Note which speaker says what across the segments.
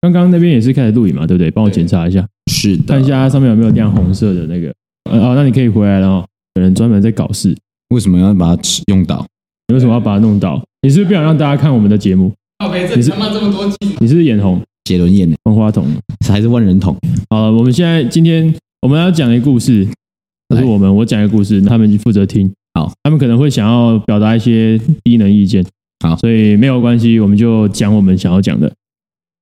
Speaker 1: 刚刚那边也是开始录影嘛，对不对？帮我检查一下，
Speaker 2: 是的，
Speaker 1: 看一下它上面有没有亮红色的那个。呃哦，那你可以回来了哦。有人专门在搞事，
Speaker 2: 为什么要把它吃用到？
Speaker 1: 你为什么要把它弄倒？你是不是不想让大家看我们的节目？
Speaker 3: 靠北，这
Speaker 1: 你
Speaker 3: 里
Speaker 1: 是
Speaker 3: 他妈这么多集，
Speaker 1: 你是不是眼红、
Speaker 2: 杰伦宴呢？
Speaker 1: 万花筒？
Speaker 2: 还是万人桶？
Speaker 1: 好了，我们现在今天我们要讲一个故事，不是
Speaker 2: 来
Speaker 1: 我们，我讲一个故事，他们负责听。
Speaker 2: 好，
Speaker 1: 他们可能会想要表达一些低能意见。
Speaker 2: 好
Speaker 1: 所以没有关系，我们就讲我们想要讲的。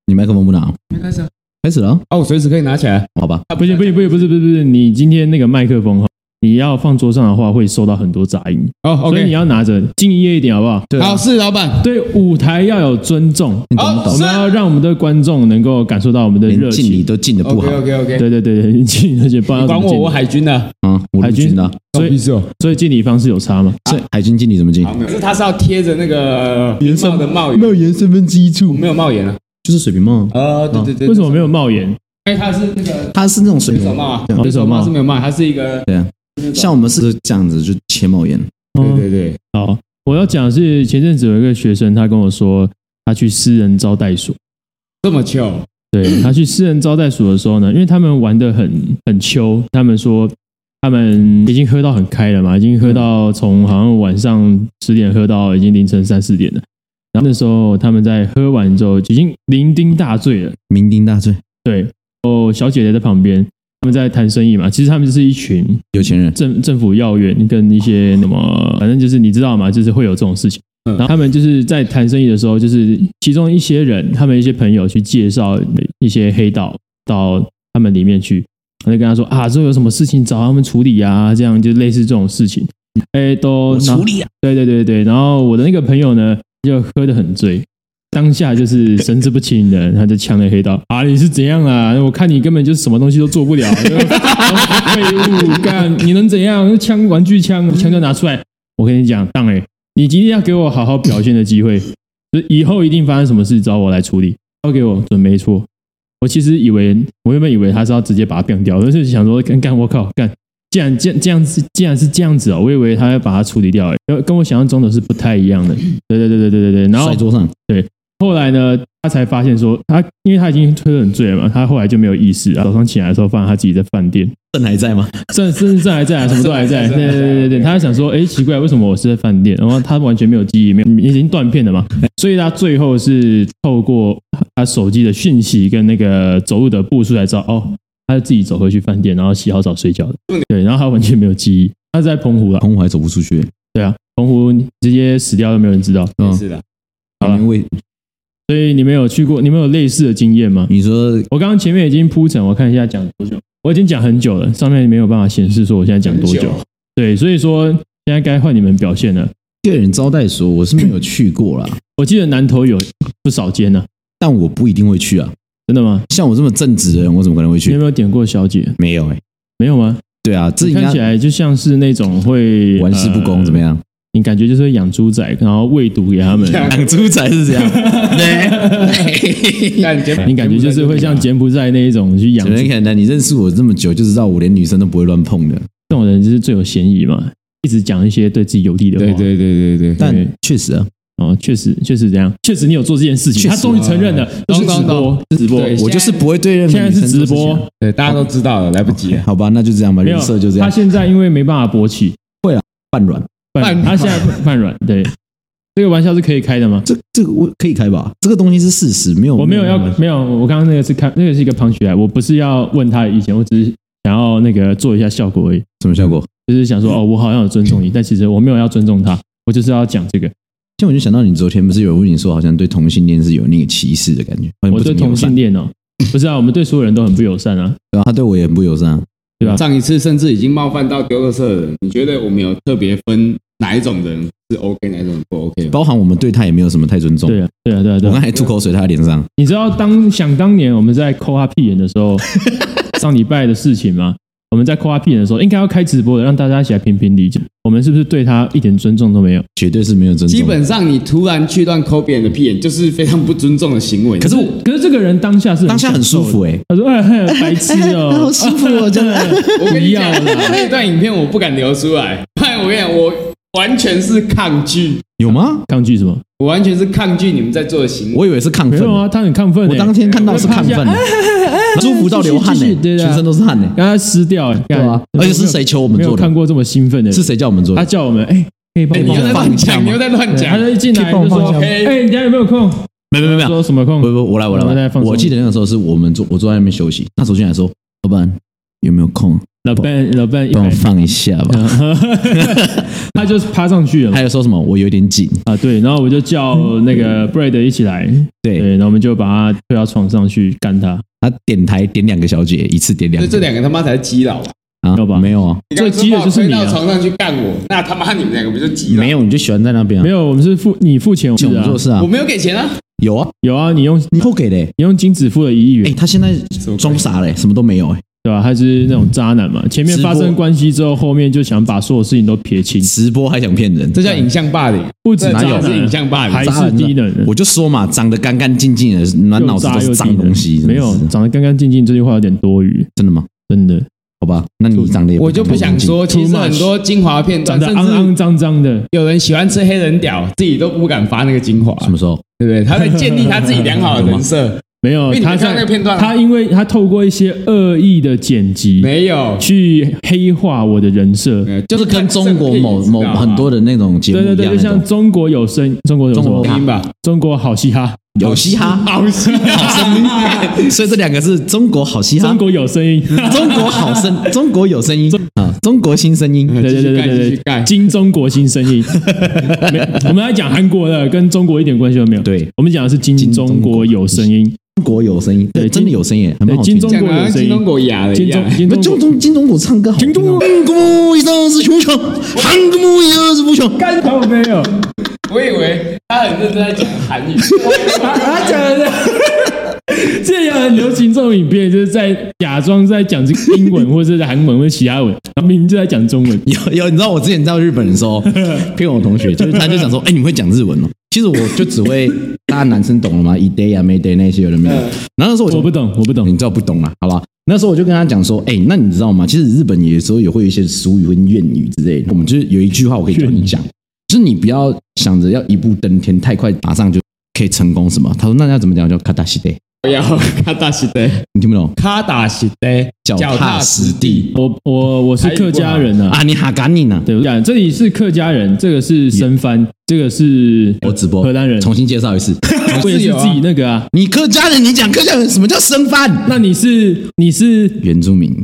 Speaker 2: 你麦克风不拿？
Speaker 3: 开始啊！
Speaker 2: 开始了哦，
Speaker 3: 哦，我随时可以拿起来。
Speaker 2: 好吧，
Speaker 3: 啊
Speaker 1: 不行不行不行不是不是不是，你今天那个麦克风哈，你要放桌上的话会收到很多杂音，
Speaker 3: 哦
Speaker 1: 所以你
Speaker 3: ，OK，
Speaker 1: 要拿着敬业一点好不好？
Speaker 2: 对啊
Speaker 3: 好，是老板。
Speaker 1: 对舞台要有尊重，
Speaker 2: 你懂不
Speaker 3: 好
Speaker 1: 我
Speaker 2: 懂
Speaker 3: 是？
Speaker 1: 们要让我们的观众能够感受到我们的
Speaker 2: 连
Speaker 1: 热
Speaker 2: 敬礼
Speaker 1: 情。
Speaker 2: 都敬的不好
Speaker 3: OK OK OK，
Speaker 1: 对对对对，敬礼而且不然要
Speaker 3: 管
Speaker 1: 怎么
Speaker 3: 我，
Speaker 1: 敬
Speaker 3: 我
Speaker 1: 礼？
Speaker 3: 海军的，
Speaker 2: 啊！我
Speaker 1: 海
Speaker 2: 陆
Speaker 1: 军啊
Speaker 2: 军的，
Speaker 1: 所以
Speaker 3: 意思哦。
Speaker 1: 所以敬礼方式有差吗？
Speaker 2: 这海军敬礼怎么敬？
Speaker 3: 可是他是要贴着那个颜色的帽檐，
Speaker 2: 帽檐三分之一
Speaker 3: 我
Speaker 2: 处，
Speaker 3: 没有帽檐啊。
Speaker 2: 就是水平帽。
Speaker 3: 呃，对对对，
Speaker 1: 为什么没有帽檐？
Speaker 3: 因为他是那个
Speaker 2: 它是那种水
Speaker 3: 水
Speaker 2: 平
Speaker 3: 手帽啊，
Speaker 1: 水手帽
Speaker 3: 是没有帽，它是一个
Speaker 2: 对啊，像我们是这样子，就切帽檐。
Speaker 3: 对
Speaker 1: 哦
Speaker 3: 对对，
Speaker 1: 好，我要讲的是前阵子有一个学生，他跟我说他去私人招待所，
Speaker 3: 这么巧，
Speaker 1: 对他去私人招待所的时候呢，因为他们玩的很很秋，他们说他们已经喝到很开了嘛，已经喝到从好像晚上十点喝到已经凌晨三四点了。然后那时候他们在喝完之后已经酩酊大醉了，
Speaker 2: 酩酊大醉，
Speaker 1: 对，哦，小姐姐在旁边，他们在谈生意嘛，其实他们就是一群
Speaker 2: 有钱人
Speaker 1: 政政府要员跟一些什么，反正就是你知道嘛，就是会有这种事情。
Speaker 3: 嗯
Speaker 1: 然后他们就是在谈生意的时候，就是其中一些人，他们一些朋友去介绍一些黑道到他们里面去，他就跟他说啊，这有什么事情找他们处理啊，这样就类似这种事情，哎，都然后
Speaker 2: 理啊！
Speaker 1: 对对对对，然后我的那个朋友呢，就喝得很醉，当下就是神志不清的，他就呛那黑道啊，你是怎样啊？我看你根本就是什么 东西都做不了，废物干，你能怎样？枪玩具枪，枪就拿出来。我跟你讲，当哎、你今天要给我好好表现的机会，就是以后一定发生什么事找我来处理，交给我准没错。我其实以为，我原本以为他是要直接把他变掉，我就是想说，干干，我靠，干，既然这这样子，既然是这样子哦，我以为他要把它处理掉，哎，跟跟我想象中的是不太一样的。对对对对对对对。然后
Speaker 2: 摔桌上，
Speaker 1: 后来呢，他才发现说，他因为他已经喝得很醉了嘛，他后来就没有意识啊。早上起来的时候，发现他自己在饭店，
Speaker 2: 朕还在吗？
Speaker 1: 甚甚至还在啊，什么都还在。
Speaker 3: 正还在
Speaker 1: 对对对对对，他想说，哎，奇怪，为什么我是在饭店？然后他完全没有记忆，没有已经断片了嘛。所以他最后是透过他手机的讯息跟那个走路的步数来知道，哦，他就自己走回去饭店，然后洗好澡睡觉的。对，然后他完全没有记忆，他是在澎湖了。
Speaker 2: 澎湖还走不出去，
Speaker 1: 对啊，澎湖直接死掉都没有人知道。
Speaker 2: 嗯，
Speaker 3: 是的，
Speaker 1: 好了
Speaker 2: 因为
Speaker 1: 所以你们有去过，你们有类似的经验吗？
Speaker 2: 你说
Speaker 1: 我刚刚前面已经铺陈，我看一下讲多久，我已经讲很久了，上面没有办法显示说我现在讲多久。
Speaker 3: 很久
Speaker 1: 对，所以说现在该换你们表现了。
Speaker 2: 个人招待所，我是没有去过啦，
Speaker 1: 我记得南投有不少间呢、
Speaker 2: 但我不一定会去啊。
Speaker 1: 真的吗？
Speaker 2: 像我这么正直的人，我怎么可能会
Speaker 1: 你有
Speaker 2: 去？
Speaker 1: 没有点过小姐？
Speaker 2: 没有哎、
Speaker 1: 没有吗？
Speaker 2: 对啊，这
Speaker 1: 你
Speaker 2: 应
Speaker 1: 看
Speaker 2: 该
Speaker 1: 起来就像是那种会
Speaker 2: 玩世不恭怎么？
Speaker 1: 呃
Speaker 2: 样？
Speaker 1: 你感觉就是会养猪仔，然后喂毒给他 们。
Speaker 2: 养猪仔是这样， 对。
Speaker 3: 但节目
Speaker 1: 你感觉就是会像柬埔寨那一种去养
Speaker 2: 怎
Speaker 1: 猪
Speaker 2: 么可能？你认识我这么久，就知道我连女生都不会乱碰的。
Speaker 1: 这种人，就是最有嫌疑嘛，一直讲一些对自己有利的话。
Speaker 3: 对对对对对，
Speaker 2: 但确实啊，
Speaker 1: 哦，确实确实这样，确实你有做这件事情，
Speaker 2: 确实
Speaker 1: 他终于承认了，
Speaker 3: 啊
Speaker 1: 都是直
Speaker 3: 懂懂
Speaker 1: 播，直播，
Speaker 3: 对
Speaker 2: 我就是不会对任何
Speaker 1: 现在
Speaker 2: 女
Speaker 1: 是
Speaker 2: 生
Speaker 1: 直
Speaker 2: 做这些啊
Speaker 1: 播，，
Speaker 3: 对，大家都知道了，来不及了。
Speaker 2: 好吧，那就这样吧，
Speaker 1: 没有
Speaker 2: 人设就这
Speaker 1: 他
Speaker 2: 样，
Speaker 1: 现在因为没办法勃起，
Speaker 2: 半软。
Speaker 1: 半
Speaker 3: 半
Speaker 1: 他现在半软，对，这个玩笑是可以开的吗？
Speaker 2: 这这个我可以开吧？这个东西是事实，没有
Speaker 1: 我哦没有要
Speaker 2: 办法
Speaker 1: 没有，我刚刚那个是开，那个是一个胖起来，我不是要问他的意见，我只是想要那个做一下效果而已，
Speaker 2: 什么效果。
Speaker 1: 就是想说哦，我好像有尊重你，但其实我没有要尊重他，我就是要讲这个，
Speaker 2: 像我就想到你昨天不是有问你说，好像对同性恋是有那个歧视的感觉，好像
Speaker 1: 我
Speaker 2: 不
Speaker 1: 对
Speaker 2: 怎么友
Speaker 1: 同性
Speaker 2: 善，
Speaker 1: 恋哦， 不是啊，我们对所有人都很不友善啊，
Speaker 2: 对啊，他对我也很不友善啊。
Speaker 1: 对啊
Speaker 3: 上一次甚至已经冒犯到丢垃圾的人，你觉得我们有特别分哪一种人是 OK，哪一种不 OK 吗？
Speaker 2: 包含我们对他也没有什么太尊重。
Speaker 1: 对啊，对啊，对啊，对
Speaker 2: 我
Speaker 1: 啊
Speaker 2: 刚。才吐口水他的脸上，
Speaker 1: 你知道当想当年我们在抠他屁眼的时 候，上礼拜的事情吗？我们在抠他屁眼的时候，应该要开直播的，让大家一起来评评理解，我们是不是对他一点尊重都没有？
Speaker 2: 绝对是没有尊重。
Speaker 3: 基本上你突然去乱抠别人的屁眼，就是非常不尊重的行为。
Speaker 2: 可是我
Speaker 1: 可是这个人当下是
Speaker 2: 当下很舒服
Speaker 1: 哎、
Speaker 2: 哎、
Speaker 1: 他 说：“哎，嘿白痴哦、
Speaker 2: 好舒服哦真的
Speaker 3: 我
Speaker 1: 不
Speaker 3: 跟你
Speaker 1: 要
Speaker 3: 讲，
Speaker 1: 了。
Speaker 3: 那段影片我不敢流出来。不然我跟你讲，我完全是抗拒，
Speaker 2: 有吗？
Speaker 1: 抗拒什么？
Speaker 3: 我完全是抗拒你们在做的行为。
Speaker 2: 我以为是亢
Speaker 1: 没
Speaker 2: 奋
Speaker 1: 有
Speaker 2: 呢，
Speaker 1: 啊，他很亢奋欸，
Speaker 2: 我当天看到是亢奋的，舒服到流汗
Speaker 1: 继续
Speaker 2: 呢，
Speaker 1: 继续对的啊
Speaker 2: 全身都是汗呢，
Speaker 1: 让他湿掉，欸
Speaker 2: 对啊，而且是谁求我
Speaker 1: 干
Speaker 2: 们
Speaker 1: 没有
Speaker 2: 做
Speaker 1: 看
Speaker 2: 的？
Speaker 1: 过这么兴奋的人？
Speaker 2: 是谁叫我们做
Speaker 1: 他
Speaker 2: 的？
Speaker 1: 叫我们，哎，可以帮
Speaker 3: 哎，
Speaker 1: 我
Speaker 3: 你
Speaker 1: 们
Speaker 3: 又在
Speaker 1: 放
Speaker 3: 乱
Speaker 1: 吗
Speaker 3: 讲，你又在乱
Speaker 1: 对他
Speaker 3: 讲
Speaker 1: 就。一进来就说，
Speaker 3: 放下
Speaker 1: 哎，你家有没有空？
Speaker 2: 没有没有没有，
Speaker 1: 说什么空？
Speaker 2: 不不，我来我来
Speaker 1: 我
Speaker 2: 我
Speaker 1: 们在
Speaker 2: 来
Speaker 1: 放。松
Speaker 2: 我记得那个时候是我们坐我坐在那边休息，那走进来说：“老板有没有空
Speaker 1: 老伴老伴一
Speaker 2: 帮我
Speaker 1: 百，
Speaker 2: 放一下吧
Speaker 1: 他就是爬上去？”了嘛
Speaker 2: 还有说什么我有点紧，
Speaker 1: 啊，对，然后我就叫那个 Brad 一起来，对，
Speaker 2: 对
Speaker 1: 然后我们就把他推到床上去干他，
Speaker 2: 他点台点两个小姐，一次点两
Speaker 3: 就
Speaker 2: 个，
Speaker 3: 这两个他妈才是基佬吧？
Speaker 2: 啊
Speaker 1: 有吧
Speaker 2: 没有啊，
Speaker 3: 你刚
Speaker 1: 最
Speaker 3: 刚
Speaker 1: 基的
Speaker 3: 说
Speaker 1: 就是
Speaker 3: 把我
Speaker 1: 你
Speaker 3: 推到
Speaker 1: 啊，
Speaker 3: 床上去干我，那他妈你们两个不就基佬？
Speaker 2: 没有你就喜欢在那边啊
Speaker 1: 没，有，我们是付你付钱，我
Speaker 2: 请我
Speaker 1: 们啊
Speaker 2: 们做，事啊
Speaker 3: 我，没有给钱啊！
Speaker 2: 有啊，
Speaker 1: 有啊，你用
Speaker 2: 你后给的欸，
Speaker 1: 你用金子付了一亿元
Speaker 2: 哎，，他现在
Speaker 3: 么鬼
Speaker 2: 装傻嘞，什么都没有哎，
Speaker 1: 对吧、他是那种渣男嘛，前面
Speaker 2: 直播
Speaker 1: 发生关系之后，后面就想把所有事情都撇清，
Speaker 2: 直播还想骗人，
Speaker 3: 这叫影像霸凌，
Speaker 1: 不止渣
Speaker 2: 哪有
Speaker 1: 男，
Speaker 3: 是影像霸凌
Speaker 1: 还
Speaker 2: 渣
Speaker 1: 是
Speaker 2: 男
Speaker 1: 低能人，
Speaker 2: 我就说嘛，长得干干净净的，满脑
Speaker 1: 又
Speaker 2: 子
Speaker 1: 渣
Speaker 2: 都
Speaker 1: 又
Speaker 2: 是
Speaker 1: 低
Speaker 2: 脏
Speaker 1: 能
Speaker 2: 东西，，
Speaker 1: 没有
Speaker 2: 真的是
Speaker 1: 长得干干净净这句话有点多余，
Speaker 2: 真的吗？
Speaker 1: 真的
Speaker 2: 好吧，那你长得也
Speaker 3: 我就不想说，
Speaker 1: Too
Speaker 3: 其
Speaker 1: much
Speaker 3: 实很多精华片
Speaker 1: 长
Speaker 3: 段，
Speaker 1: 得
Speaker 3: 甚
Speaker 1: 肮
Speaker 3: 至
Speaker 1: 肮脏脏的，
Speaker 3: 有人喜欢吃黑人屌，自己都不敢发那个精华，
Speaker 2: 什么时候
Speaker 3: 对不对？他在建立他自己良好的人设，
Speaker 1: 没有
Speaker 3: 因为你没
Speaker 1: 他
Speaker 3: 看那
Speaker 1: 在
Speaker 3: 个片段啊
Speaker 1: 他因为他透过一些恶意的剪辑
Speaker 3: 没有，
Speaker 1: 去黑化我的人设，
Speaker 3: 呃
Speaker 2: 就是跟中国某某 很多
Speaker 3: 的
Speaker 2: 的那种节目
Speaker 1: 对
Speaker 2: 一
Speaker 1: 对
Speaker 2: 样
Speaker 1: 对，就
Speaker 2: 那种
Speaker 1: 像中国有声，中国有什
Speaker 2: 中国
Speaker 1: 么
Speaker 2: 有？
Speaker 3: 音吧，
Speaker 1: 中国好嘻哈，
Speaker 2: 有嘻哈，
Speaker 3: 好戏
Speaker 2: 好声 音，所以这两个是中国好嘻哈，
Speaker 1: 中国有声音，
Speaker 2: 中国好 声，中国有声音啊，中国新声音，
Speaker 1: 对对对
Speaker 3: 继续干
Speaker 1: 对
Speaker 3: 继续
Speaker 1: 对对，
Speaker 3: 干
Speaker 1: 金中国新声音。没，我们来讲韩国的，跟中国一点关系都没有。
Speaker 2: 对，
Speaker 1: 我们讲的是金
Speaker 2: 金中
Speaker 1: 中国有声音，
Speaker 2: 中国有声音，对，
Speaker 1: 对
Speaker 2: 真的有声音，还蛮好听
Speaker 1: 金
Speaker 2: 的。
Speaker 1: 中
Speaker 3: 讲
Speaker 1: 国
Speaker 3: 的
Speaker 1: 有声
Speaker 3: 金
Speaker 1: 音
Speaker 3: 钟，国哑了一
Speaker 1: 金
Speaker 3: 样
Speaker 1: 中。金
Speaker 2: 不
Speaker 1: 中国
Speaker 2: 金中金钟国唱歌好听
Speaker 1: 金钟
Speaker 2: 哦，
Speaker 1: 国
Speaker 2: 中国一直是雄强，韩国一直是不强。
Speaker 1: 干好没有？
Speaker 3: 我以为他很认真在讲 韩语，
Speaker 1: 他讲的是这样很流行这种影片，就是在假装在讲这个英文或者是韩文或者其他文，然后明明就在讲中文。
Speaker 2: 有有，你知道我之前到日本的 时候，骗我同学，就是他就想说，哎、你们会讲日文哦？其实我就只会 大家男生懂了吗？e day 啊，may day 那些有的没有。然后那时候我就
Speaker 1: 嗯我不懂，我不懂
Speaker 2: 你。知道不懂啊啦，好吧？那时候我就跟他讲说，哎、那你知道吗？其实日本有时候也会有一些俗语跟谚语之类的。我们就是有一句话我可以教你
Speaker 1: 嗯
Speaker 2: 讲，就是你不要想着要一步登天，太快马上就可以成功什么。他说那要怎么讲？叫卡达西德，
Speaker 3: 不要
Speaker 2: 啊
Speaker 3: 卡达西德，
Speaker 2: 你听不懂？
Speaker 3: 卡达西德，
Speaker 2: 脚踏实地
Speaker 1: 我我我是
Speaker 3: 台语不
Speaker 1: 客
Speaker 3: 好
Speaker 1: 家人啊，
Speaker 2: 啊！你哈赶你呢？
Speaker 1: 对，我讲这里是客家人，这个是生番，这个是
Speaker 2: 我直播
Speaker 1: 荷兰人，
Speaker 2: 重新介绍一次，
Speaker 1: 我也
Speaker 3: 自
Speaker 1: 是
Speaker 3: 由啊
Speaker 1: 自己那个啊。
Speaker 2: 你客家人，你讲客家人什么叫生番？
Speaker 1: 那你是你是
Speaker 2: 原住民，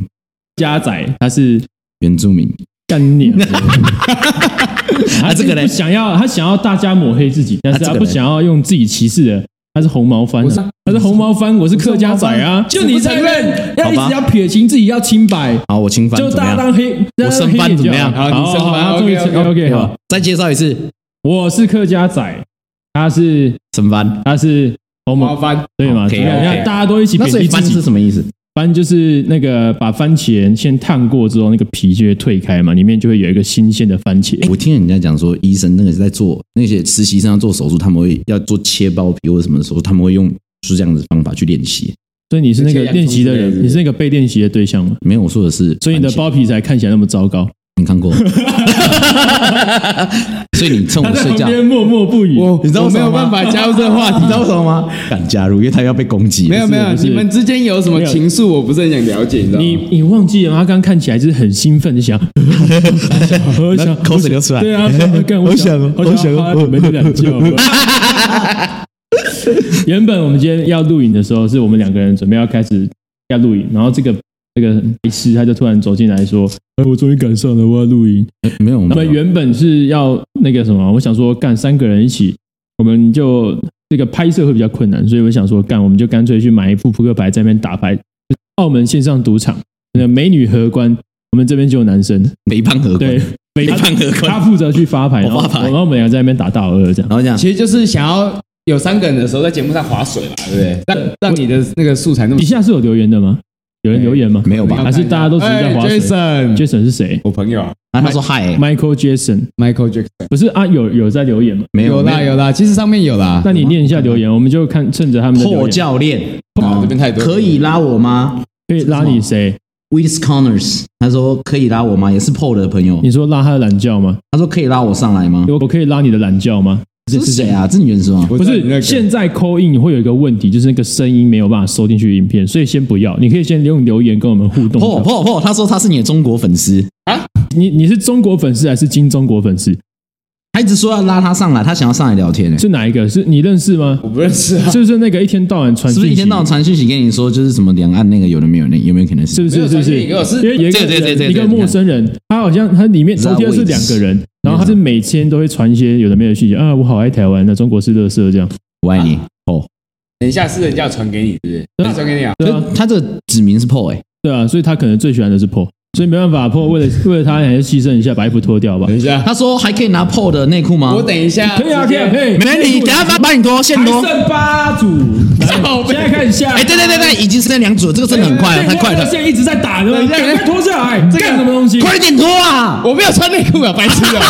Speaker 1: 家仔，他是
Speaker 2: 原住民
Speaker 1: 干 念。
Speaker 2: 啊，
Speaker 1: 他
Speaker 2: 这个嘞
Speaker 1: 不，想要他想要大家抹黑自己，但是
Speaker 2: 啊这
Speaker 1: 他
Speaker 2: 个
Speaker 1: 不
Speaker 2: 嘞
Speaker 1: 想要用自己歧视的。他是红毛番、
Speaker 3: 我是
Speaker 1: 啊，他是红毛番，我是客家仔啊！就你承认，要一
Speaker 2: 好吧
Speaker 1: 直要撇清自己，要清白，
Speaker 2: 好，我清番
Speaker 1: 就
Speaker 2: 怎
Speaker 1: 大
Speaker 2: 么
Speaker 1: 家
Speaker 2: 样？
Speaker 1: 当黑，
Speaker 2: 我升番怎么样
Speaker 1: 好，
Speaker 3: 好你升番
Speaker 1: 好，终于
Speaker 3: OK，OK，
Speaker 1: OK 好，
Speaker 2: 再介绍一次
Speaker 1: 我是客家仔，他是
Speaker 2: 生番，
Speaker 1: 他是红
Speaker 3: 麻
Speaker 1: 毛，
Speaker 3: 烦
Speaker 1: 对嘛？
Speaker 2: OK，
Speaker 1: 怎么样
Speaker 3: OK
Speaker 1: 大家都一起
Speaker 2: 那
Speaker 1: 贬
Speaker 2: 所以
Speaker 1: 低自
Speaker 2: 番是
Speaker 1: 己。
Speaker 2: 什么意思？
Speaker 1: 番就是那个把番茄先烫过之后，那个皮就会退开嘛，里面就会有一个新鲜的番茄。
Speaker 2: 哎我听人家讲说，医生那个是在做那些实习生要做手术，他们会要做切包皮或者什么的时候，他们会用是这样的方法去练习。
Speaker 1: 所以你是那
Speaker 3: 这
Speaker 1: 个
Speaker 3: 样
Speaker 1: 练习的
Speaker 3: 子
Speaker 1: 人，
Speaker 3: 是
Speaker 1: 你是那个被练习的对象嘛？
Speaker 2: 没有，我说的是番茄，
Speaker 1: 所以你的包皮才看起来那么糟糕。
Speaker 2: 你看 过？所以你趁我睡 觉，
Speaker 1: 默默不语
Speaker 3: 我，
Speaker 2: 你知道
Speaker 3: 我
Speaker 2: 为什
Speaker 3: 没
Speaker 2: 么吗
Speaker 3: 有办法加入这个 话题
Speaker 2: 你知，道为什么吗？敢加入，因为他要被攻击。
Speaker 3: 没有没有，
Speaker 1: 不是
Speaker 3: 你们之间有什么
Speaker 1: 没有
Speaker 3: 情愫？我不是很想了解，你知道吗？
Speaker 1: 你你忘记了吗？他刚刚看起来就是很兴奋，就想，我
Speaker 2: 那
Speaker 1: 想
Speaker 2: 口水流出来
Speaker 1: 对啊，想干我想
Speaker 2: 我想
Speaker 1: 我想
Speaker 2: 我想
Speaker 1: 趴在你们这 两觉。原本我们今天要录影的时候，是我们两个人准备要开始要录影，然后这个这个白痴他就突然走进来说：“哎，我终于赶上了，我要录影。”
Speaker 2: 没有，
Speaker 1: 那
Speaker 2: 没
Speaker 1: 么
Speaker 2: 有，
Speaker 1: 原本是要那个什么，我想说干三个人一起，我们就这个拍摄会比较困难，所以我想说干，我们就干脆去买一副扑克牌在那边打牌。澳门线上赌场，那个美女荷官，我们这边就有男生，
Speaker 2: 肥胖 和
Speaker 1: 对，
Speaker 2: 肥胖和
Speaker 1: 他
Speaker 2: 官。
Speaker 1: 负责去发牌，
Speaker 2: 我
Speaker 1: 然后
Speaker 2: 发牌
Speaker 1: 然后我们两个在那边打大老二这样。
Speaker 2: 然后这样，
Speaker 3: 其实就是想要有三个人的时候，在节目上划水嘛，对不对？让让你的那个素材那么
Speaker 1: 底下是有留言的吗？哎有人留言吗？
Speaker 2: 没有吧
Speaker 1: 还是大家都只是在划水
Speaker 3: 哎 Jason，
Speaker 1: Jason 是谁
Speaker 3: 我朋友啊
Speaker 2: 然后他说嗨，
Speaker 1: ？Michael Jason
Speaker 3: ，Michael Jackson，
Speaker 1: 不是啊？有有在留言吗？
Speaker 2: 没
Speaker 3: 有
Speaker 2: 有
Speaker 3: 啦
Speaker 2: 没有。
Speaker 3: 有啦，其实上面有啦。
Speaker 1: 那你念一下留言，我们就看趁着他们的留
Speaker 2: 破
Speaker 1: 言
Speaker 2: 教练，
Speaker 3: 啊这边太多
Speaker 2: 可以拉我吗？
Speaker 1: 可以拉你谁？
Speaker 2: Willis Connors，他说可以拉我吗？也是 Paul 的朋友，
Speaker 1: 你说拉他的懒觉吗？
Speaker 2: 他说可以拉我上来吗？
Speaker 1: 我我可以拉你的懒觉吗？
Speaker 2: 这是谁啊？这女人是吗？
Speaker 3: 不
Speaker 1: 不
Speaker 3: 知道
Speaker 1: 是，
Speaker 3: 你那个
Speaker 1: 现在扣印会有一个问题，就是那个声音没有办法收进去影片，所以先不要，你可以先用留言跟我们互动。
Speaker 2: Paul Paul Paul，他说他是你的中国粉丝，
Speaker 1: 你你是中国粉丝还是金中国粉丝？
Speaker 2: 他一直说要拉他上来，他想要上来聊天、欸，
Speaker 1: 是哪一个？是你认识 吗？
Speaker 3: 我不认识啊，
Speaker 1: 就是那个一天到晚传
Speaker 2: 是
Speaker 1: 讯息，
Speaker 2: 不是一天到晚传讯息跟你说就是什么两岸那个有的没有那有没有可能
Speaker 1: 是
Speaker 2: 是？
Speaker 1: 不
Speaker 3: 没
Speaker 1: 是？
Speaker 3: 有
Speaker 1: 是不
Speaker 3: 传
Speaker 1: 是？
Speaker 3: 讯给我是
Speaker 1: 因为有一个
Speaker 2: 这个这个这个
Speaker 1: 人
Speaker 2: 这个
Speaker 1: 一个陌生人，他好像他里面
Speaker 2: 你知道
Speaker 1: 头贴是两个人，然后他是
Speaker 2: 嗯
Speaker 1: 每天都会传一些有的没有的讯息啊，我好爱台湾，那中国是垃圾这样。
Speaker 2: 我爱你 Paul，
Speaker 3: 等一下是人家传给你，是不是？
Speaker 1: 对
Speaker 3: 他传给你啊？
Speaker 1: 对啊，
Speaker 2: 可他这个指名是 Paul 哎、
Speaker 1: 对啊，所以他可能最喜欢的是 Paul，所以没办法，Paul 为 了为了他还是牺牲一下，把衣服脱掉吧
Speaker 3: 等。一下，
Speaker 2: 他说还可以拿 Paul 的内裤吗？
Speaker 3: 我等一下，
Speaker 1: 可以啊，可以啊，可
Speaker 3: 以。
Speaker 1: 以。
Speaker 2: 没问题，等一下帮帮你多现多。
Speaker 1: 剩八组， 来现在开始下。
Speaker 2: 哎、对对对对，已经剩两组了，这个真的很快了，啊太快了，
Speaker 1: 现在一直在打的，赶快脱下来，干什么东西？
Speaker 2: 快点脱啊！
Speaker 3: 我没有穿内裤啊，白痴啊！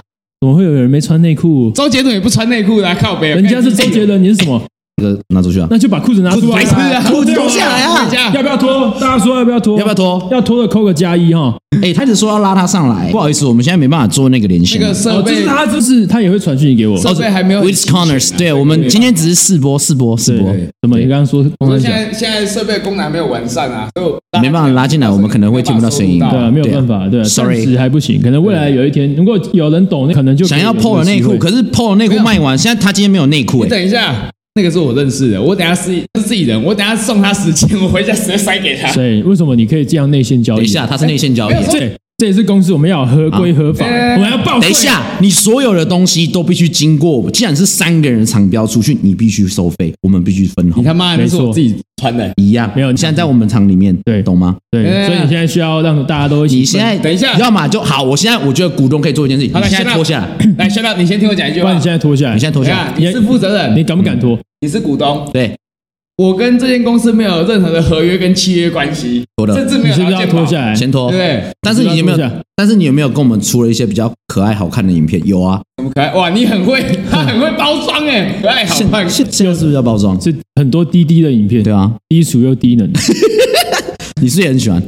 Speaker 1: 怎么会有人没穿内裤？
Speaker 3: 周杰伦也不穿内裤的啊，靠北啊。
Speaker 1: 人家是周杰伦，你是什么？
Speaker 2: 这个拿出去啊！
Speaker 1: 那就把裤子拿出来，
Speaker 3: 白痴啊
Speaker 1: 脱掉
Speaker 2: 裤子脱下来啊
Speaker 3: 等一 下
Speaker 1: 要不要脱？大家说要不要脱？
Speaker 2: 要不要？脱？
Speaker 1: 要脱的扣个加一哈。
Speaker 2: 哎、他一直说要拉他上来，不好意思，我们现在没办法做那个连
Speaker 3: 那
Speaker 2: 线。
Speaker 3: 个设
Speaker 1: 哦，就是
Speaker 3: 备，
Speaker 1: 他，就是他也会传讯息给我。
Speaker 3: 设备还没有
Speaker 2: w i t h Connors，对我们今天只是试播，试播，试播，
Speaker 1: 对，怎么你刚刚说
Speaker 3: 我
Speaker 1: 公
Speaker 3: 说
Speaker 1: 安
Speaker 3: 现
Speaker 1: 讲？
Speaker 3: 在现在设备功能还没有完善啊，所以我
Speaker 2: 没办法拉进来，我们可能会听不到声音。
Speaker 3: 没办
Speaker 1: 对啊，没有办法，对啊，
Speaker 2: Sorry
Speaker 1: 暂时还不行，可能未来有一天，如果有人懂，那可能就
Speaker 2: 想要
Speaker 1: 可以有
Speaker 2: PO 的内
Speaker 1: 机
Speaker 2: 裤，
Speaker 1: 会
Speaker 2: 可是 PO 的内裤卖完，现在他今天没有内裤
Speaker 3: 你
Speaker 2: 哎。
Speaker 3: 等一下，那个是我认识的，我等一下是是自己人，我等一下送他十件， 我回家直接塞给他。
Speaker 1: 所以为什么你可以这样内线交易？
Speaker 2: 等一下，，他是内线交易
Speaker 3: 没。有
Speaker 1: 这这也是公司我们要有合规合法，
Speaker 3: 啊
Speaker 1: 我们要报税。
Speaker 2: 等一下，你所有的东西都必须经过，既然是三个人长标出去，你必须收费，我们必须分
Speaker 3: 你
Speaker 2: 红
Speaker 3: 他。妈的那是
Speaker 1: 没
Speaker 3: 我
Speaker 1: 错
Speaker 3: 自己穿的。
Speaker 2: 一样，
Speaker 1: 没有
Speaker 2: 现在在我们厂里面，
Speaker 1: 对
Speaker 2: 懂吗？
Speaker 1: 对，
Speaker 3: 哎
Speaker 1: 所以你现在需要让大家都一起
Speaker 2: 你现在
Speaker 3: 等一下
Speaker 2: 要么就好，我现在我觉得股东可以做一件事情，
Speaker 3: 好
Speaker 2: 你
Speaker 3: 了，哎
Speaker 2: 现在脱下来，
Speaker 3: 来。来，先让你先听我讲一句
Speaker 1: 分，不
Speaker 3: 话。
Speaker 1: 然你
Speaker 3: 等
Speaker 1: 现在脱下来，
Speaker 2: 你现在脱
Speaker 3: 一
Speaker 2: 下
Speaker 3: 下，
Speaker 2: 来，
Speaker 3: 你是负责
Speaker 1: 你
Speaker 3: 人，
Speaker 1: 敢不敢脱？
Speaker 3: 你是股东，
Speaker 2: 对，
Speaker 3: 我跟这间公司没有任何的合约跟契约关系，
Speaker 2: 脱
Speaker 3: 甚
Speaker 2: 的，
Speaker 3: 至没
Speaker 1: 你
Speaker 3: 有
Speaker 1: 是不是
Speaker 3: 劳
Speaker 1: 要
Speaker 3: 健
Speaker 1: 脱
Speaker 3: 保
Speaker 1: 下来？
Speaker 2: 先
Speaker 3: 对
Speaker 2: 脱
Speaker 3: 不。对？
Speaker 2: 但是你有没
Speaker 1: 你是不是要脱
Speaker 2: 有
Speaker 1: 下？
Speaker 2: 但是你有没有跟我们出了一些比较可爱好看的影片？有啊，
Speaker 3: 怎么可爱？哇，你很会，他很会包装哎，哎，好
Speaker 2: 现
Speaker 3: 棒！
Speaker 2: 现现在是不是要包装？
Speaker 1: 是很多滴滴的影片，
Speaker 2: 对啊，
Speaker 1: 低俗又低 能，
Speaker 2: 你是不是也很喜欢？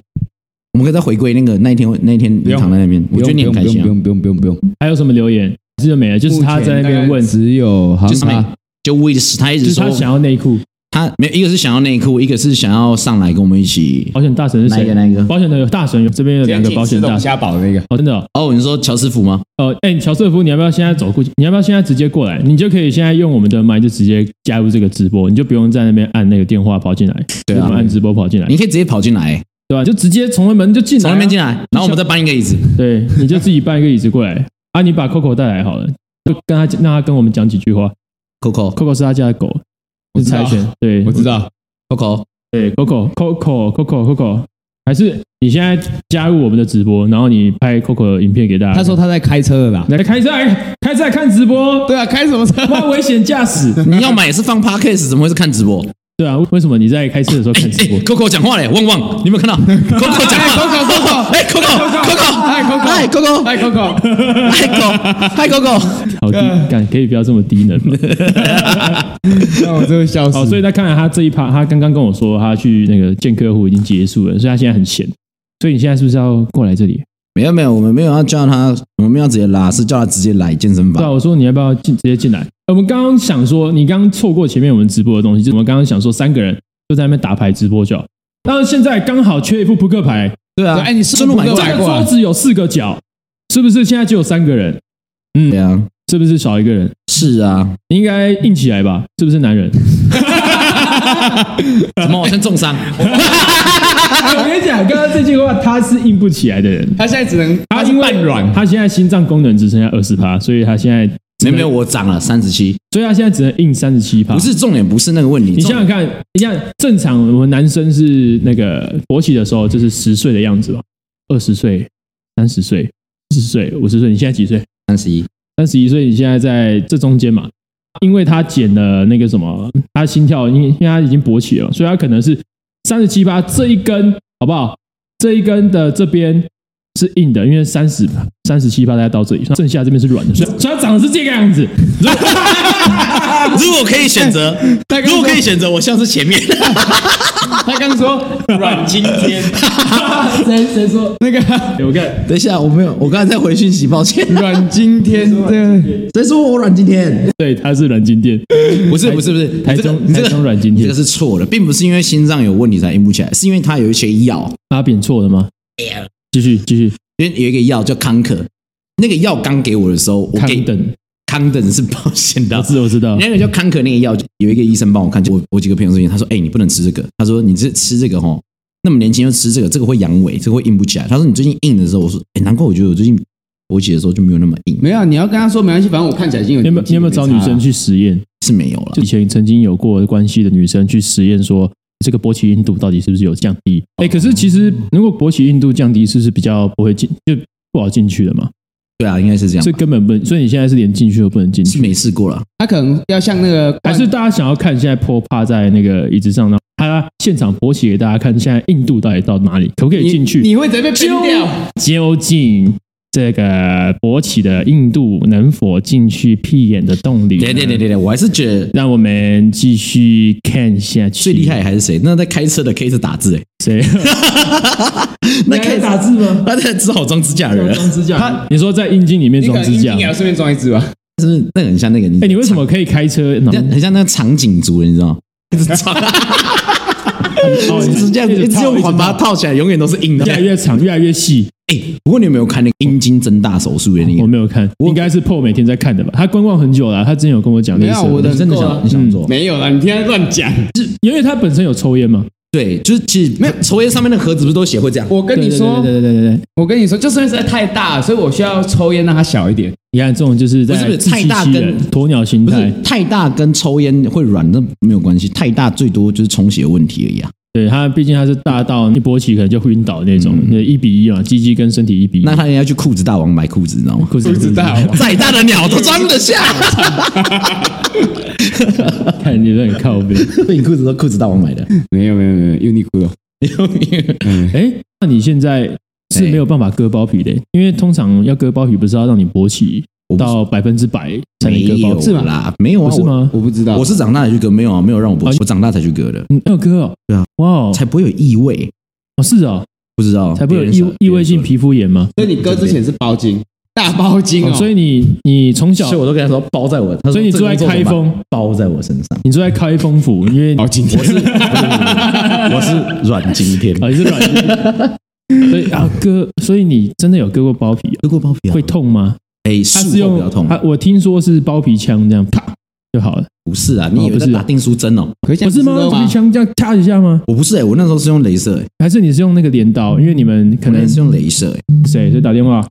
Speaker 2: 我们可以再回归那个那一天，那一天你
Speaker 3: 用
Speaker 2: 躺在那边，我觉得你很开心啊。
Speaker 3: 用不用不用不用，
Speaker 1: 还有什么留言？记得没了，就是他在那边问，
Speaker 3: 只有航
Speaker 2: 就是没就 w i l 他一
Speaker 1: 就
Speaker 2: 直
Speaker 1: 是
Speaker 2: 说
Speaker 1: 他想要内裤。
Speaker 2: 他没有，一个是想要内裤，一个是想要上来跟我们一起。
Speaker 1: 保险大神是
Speaker 2: 哪一
Speaker 1: 谁
Speaker 2: 个？哪一个
Speaker 1: 保险的有大神有，这边有两个保险大神。
Speaker 3: 虾堡的那个，
Speaker 1: 哦，真的哦，
Speaker 2: 哦，你说乔师傅吗？
Speaker 1: 哦哎，乔瑟夫，你要不要现在走过去？你要不要现在直接过来？你就可以现在用我们的麦，就直接加入这个直播，你就不用在那边按那个电话跑进来，
Speaker 2: 对啊
Speaker 1: 就怎么按直播跑进来，
Speaker 2: 你可以直接跑进来，
Speaker 1: 对吧？就直接从门就进来啊，
Speaker 2: 从那边进来，然后我们再搬一个椅子。
Speaker 1: 对，你就自己搬一个椅子过来啊，你把 Coco 带来好了，就跟他让他跟我们讲几句话。
Speaker 2: Coco
Speaker 1: Coco 是他家的狗，
Speaker 3: 我
Speaker 1: 是
Speaker 3: 知道
Speaker 1: 柴犬，对，
Speaker 3: 我知道，
Speaker 2: Coco，
Speaker 1: 对，Coco Coco Coco Coco，还是你现在加入我们的直播，然后你拍 Coco 的影片给大家看。
Speaker 3: 他说他在开车的啦。
Speaker 1: 来开车来开车来看直播，
Speaker 3: 对啊，开什么车？
Speaker 1: 哇，危险驾驶。
Speaker 2: 你要买也是放 Podcast，怎么会是看直播？
Speaker 1: 对啊，为什么你在开车的时候看直 播
Speaker 2: 哎？，Coco 讲话嘞，旺旺，你有没有看到？Coco 讲话，
Speaker 3: Coco，Coco
Speaker 2: 哎，Coco，Coco，
Speaker 3: 嗨，Coco，
Speaker 2: 嗨，Coco，
Speaker 3: 嗨，Coco，
Speaker 2: 嗨，Coco，嗨，Coco，
Speaker 1: 好低，
Speaker 3: 啊
Speaker 1: 干可以不要这么低能 吗？
Speaker 3: 那我真会笑
Speaker 1: 好，所以他看来他这一趴，他刚刚跟我说他去那个见客户已经结束了，所以他现在很闲。所以你现在是不是要过来这里？
Speaker 2: 没有没有，我们没有要叫他，我们没有要直接拉，是叫他直接来健身
Speaker 1: 对啊，
Speaker 2: 房。
Speaker 1: 我说你要不要进直接进来？呃我们刚刚想说，你刚刚错过前面我们直播的东西，就是我们刚刚想说三个人就在那边打牌直播就好。但是现在刚好缺一副扑克牌，
Speaker 2: 对啊，
Speaker 3: 对哎你是不是
Speaker 2: 顺路买
Speaker 3: 不
Speaker 2: 过
Speaker 3: 够
Speaker 1: 这
Speaker 2: 来
Speaker 3: 买
Speaker 1: 个
Speaker 3: 过
Speaker 1: 桌子有四个角，是不是现在只有三个人？嗯
Speaker 2: 对，啊，
Speaker 1: 是不是少一个人？
Speaker 2: 是啊，
Speaker 1: 你应该硬起来吧？是不是男 人？
Speaker 2: 怎么好像重伤？
Speaker 1: 哎我跟你讲，刚刚这句话他是硬不起来的人，
Speaker 3: 他现在只能
Speaker 1: 他
Speaker 3: 是
Speaker 1: 因为
Speaker 3: 半软，
Speaker 1: 他现在心脏功能只剩下二十趴，所以他现在
Speaker 2: 没有没有，我长了三十七，
Speaker 1: 所以他现在只能硬三十七趴。
Speaker 2: 不是重点，不是那个问题。
Speaker 1: 你想想看，你像正常我们男生是那个勃起的时候，就是十岁的样子吧，二十岁、三十岁、四十岁、五十岁，你现在几岁？
Speaker 2: 三十一，
Speaker 1: 三十一岁，你现在在这中间嘛？因为他减了那个什么，他心跳，因为因为他已经勃起了，所以他可能是三十七八这一根，好不好？这一根的这边是硬的，因为三十三十七趴大概到这里，剩下这边是软的，所以所以它长得是这个样子。
Speaker 4: 如果可以选择，
Speaker 3: 大哥
Speaker 4: 如果可以选择，我像是前面
Speaker 3: 他刚说
Speaker 4: 阮经天，
Speaker 1: 谁谁说
Speaker 3: 那个
Speaker 1: 我看
Speaker 2: 等一下，我没有，我刚才在回讯息，抱歉。
Speaker 3: 阮经 天的，
Speaker 2: 谁说我软今天？
Speaker 1: 对，它是软筋 店，
Speaker 2: 不是不是不是，
Speaker 1: 台
Speaker 2: 你这个
Speaker 1: 中
Speaker 2: 你这
Speaker 1: 台中
Speaker 2: 个
Speaker 1: 软筋
Speaker 2: 你这
Speaker 1: 店
Speaker 2: 个，是错的，并不是因为心脏有问题才硬不起来，是因为它有一些药，
Speaker 1: 阿扁错了吗？继续继续，
Speaker 2: 因为有一个药叫康可，那个药刚给我的时候，我
Speaker 1: 康
Speaker 2: 给
Speaker 1: 等，
Speaker 2: 康等是保险的
Speaker 1: 我，知我知道，
Speaker 2: 那个叫康可那个药，有一个医生帮我看，就我我几个朋友之前，他说：“哎、你不能吃这个。”他说：“你这吃这个吼，那么年轻就吃这个，这个会阳痿，这个会硬不起来。”他说：“你最近硬的时候，我说：哎、难怪我觉得我最近勃起的时候就没有那么硬，
Speaker 3: 没有，啊你要跟他说没关系，反正我看起来已经有
Speaker 1: 你有没有你有没有
Speaker 3: 年纪
Speaker 1: 找
Speaker 3: 了
Speaker 1: 女
Speaker 3: 没差
Speaker 1: 生
Speaker 3: 啦？
Speaker 1: 去实验？
Speaker 2: 是没有了
Speaker 1: 就。以前曾经有过关系的女生去实验说。这个勃起硬度到底是不是有降低？
Speaker 2: 哦
Speaker 1: 哎、可是其实如果勃起硬度降低，是不是比较不会进，就不好进去的嘛？”
Speaker 2: 对啊，应该是这样
Speaker 1: 这
Speaker 2: 吧，
Speaker 1: 根本不能，所以你现在是连进去都不能进
Speaker 2: 是
Speaker 1: 去，
Speaker 2: 没试过了。
Speaker 3: 他可能要像那个
Speaker 1: 还是大家想要看现在坡趴在那个椅子上呢？他现场勃起给大家看，现在硬度到底到哪里，可不可以进去？
Speaker 3: 你会直接被
Speaker 1: 究
Speaker 3: 冰掉。
Speaker 1: 究竟这个勃起的硬度能否进去屁眼的洞里呢？
Speaker 2: 对对对对对，我还是觉得
Speaker 1: 让我们继续看下去。
Speaker 2: 最厉害还是谁？那在开车的可以是打字、欸，
Speaker 1: 谁？
Speaker 2: 那开打字吗？他在只好装支架人啊了，
Speaker 1: 装支架？他你说在阴茎里面
Speaker 3: 你可
Speaker 1: 装
Speaker 3: 能
Speaker 1: 支
Speaker 3: 一
Speaker 1: 架
Speaker 3: 定？也要顺便装一只吧。
Speaker 2: 是不是？那很像那个你，
Speaker 1: 哎，你为什么可以开车？然后
Speaker 2: 很像很像那个长颈族人，你知道吗？ 一直长，
Speaker 1: 哦
Speaker 2: 一直这样子，一直用环把它
Speaker 1: 套
Speaker 2: 套起来，永远都是 硬的
Speaker 1: 越。来越长，越来越细。
Speaker 2: 哎、不过你有没有看那个阴茎增大手术的那
Speaker 1: 我
Speaker 2: 个？
Speaker 1: 没有看，应该是破每天在看的吧？他观望很久了，他之前有跟我讲类
Speaker 3: 没
Speaker 1: 似
Speaker 3: 有，我的
Speaker 2: 啊真的
Speaker 3: 够
Speaker 2: 想
Speaker 3: 了
Speaker 2: 你想做？
Speaker 3: 没有了，你天天乱讲。
Speaker 1: 因为他本身有抽烟嘛。
Speaker 2: 对，就是其实没有抽烟上面那个盒子不是都写会这样？
Speaker 3: 我跟你说，
Speaker 1: 对对对对对对，
Speaker 3: 我跟你说，就是因为实在太大了，所以我需要抽烟让它小一点。
Speaker 1: 你看这种就是在
Speaker 2: 不是不是
Speaker 1: 自欺欺
Speaker 2: 蔡大跟
Speaker 1: 人鸵鸟心
Speaker 2: 不
Speaker 1: 态
Speaker 2: 是，太大跟抽烟会软，那没有关系。太大最多就是充血问题而已啊。
Speaker 1: 对他毕竟他是大到一勃起可能就会晕倒那种，对一比一嘛，鸡鸡跟身体一比一。
Speaker 2: 嗯那他应该去裤子大王买裤子，你知道 啊吗？
Speaker 1: 裤子
Speaker 3: 不知道，
Speaker 2: 再大的鸟都装得 下，
Speaker 1: 看你都很靠背。
Speaker 2: 你裤子都裤子大王买的。
Speaker 3: 没有没有没有，优衣库的。
Speaker 1: 哎，那你现在是没有办法割包皮的，因为通常要割包皮不是要让你勃起到百分之百才
Speaker 2: 没
Speaker 1: 能割包
Speaker 2: 有
Speaker 1: 皮
Speaker 2: 啦，没有啊，
Speaker 1: 不是吗？
Speaker 3: 我不知道，
Speaker 2: 我？我是长大才去割，没有啊，没有让我勃
Speaker 1: 哦
Speaker 2: 起，我长大才去割的，
Speaker 1: 你要割哦？
Speaker 2: 对啊，
Speaker 1: 哇哦，
Speaker 2: 才不会有异味，
Speaker 1: 哦是哦，
Speaker 2: 不知道
Speaker 1: 才不会有
Speaker 2: 别人
Speaker 1: 异
Speaker 2: 说
Speaker 1: 异味性，皮肤炎嘛。
Speaker 3: 所以你哥之前是包金，大包金哦。
Speaker 1: 哦所以你你从
Speaker 2: 别
Speaker 1: 小
Speaker 2: 人说啊所以我都跟他说包在我，他说
Speaker 1: 所以你
Speaker 2: 这个
Speaker 1: 住在
Speaker 2: 工作
Speaker 1: 开
Speaker 2: 怎么办
Speaker 1: 封
Speaker 2: 包在我身上，
Speaker 1: 你住在开封府，因为
Speaker 3: 包金天，
Speaker 2: 我是阮经 天，
Speaker 1: 啊，你是软的， 所以啊割，所以你真的有割过包皮啊？
Speaker 2: 割过包皮啊
Speaker 1: 会，痛吗？
Speaker 2: 哎，
Speaker 1: 它
Speaker 2: 术
Speaker 1: 是
Speaker 2: 后
Speaker 1: 用
Speaker 2: 比较痛，
Speaker 1: 它我听说是包皮枪这样啪就好了，
Speaker 2: 不是啊，你以为
Speaker 1: 哦不
Speaker 2: 在
Speaker 1: 是啊
Speaker 2: 打订书针哦？
Speaker 3: 可
Speaker 1: 不是吗？包皮枪这样掐一下吗？
Speaker 2: 我不是哎，我那时候是用镭射，哎，
Speaker 1: 还是你是用那个镰刀？因为你们可
Speaker 2: 可
Speaker 1: 能
Speaker 2: 能是用镭射，哎，
Speaker 1: 谁谁打电话？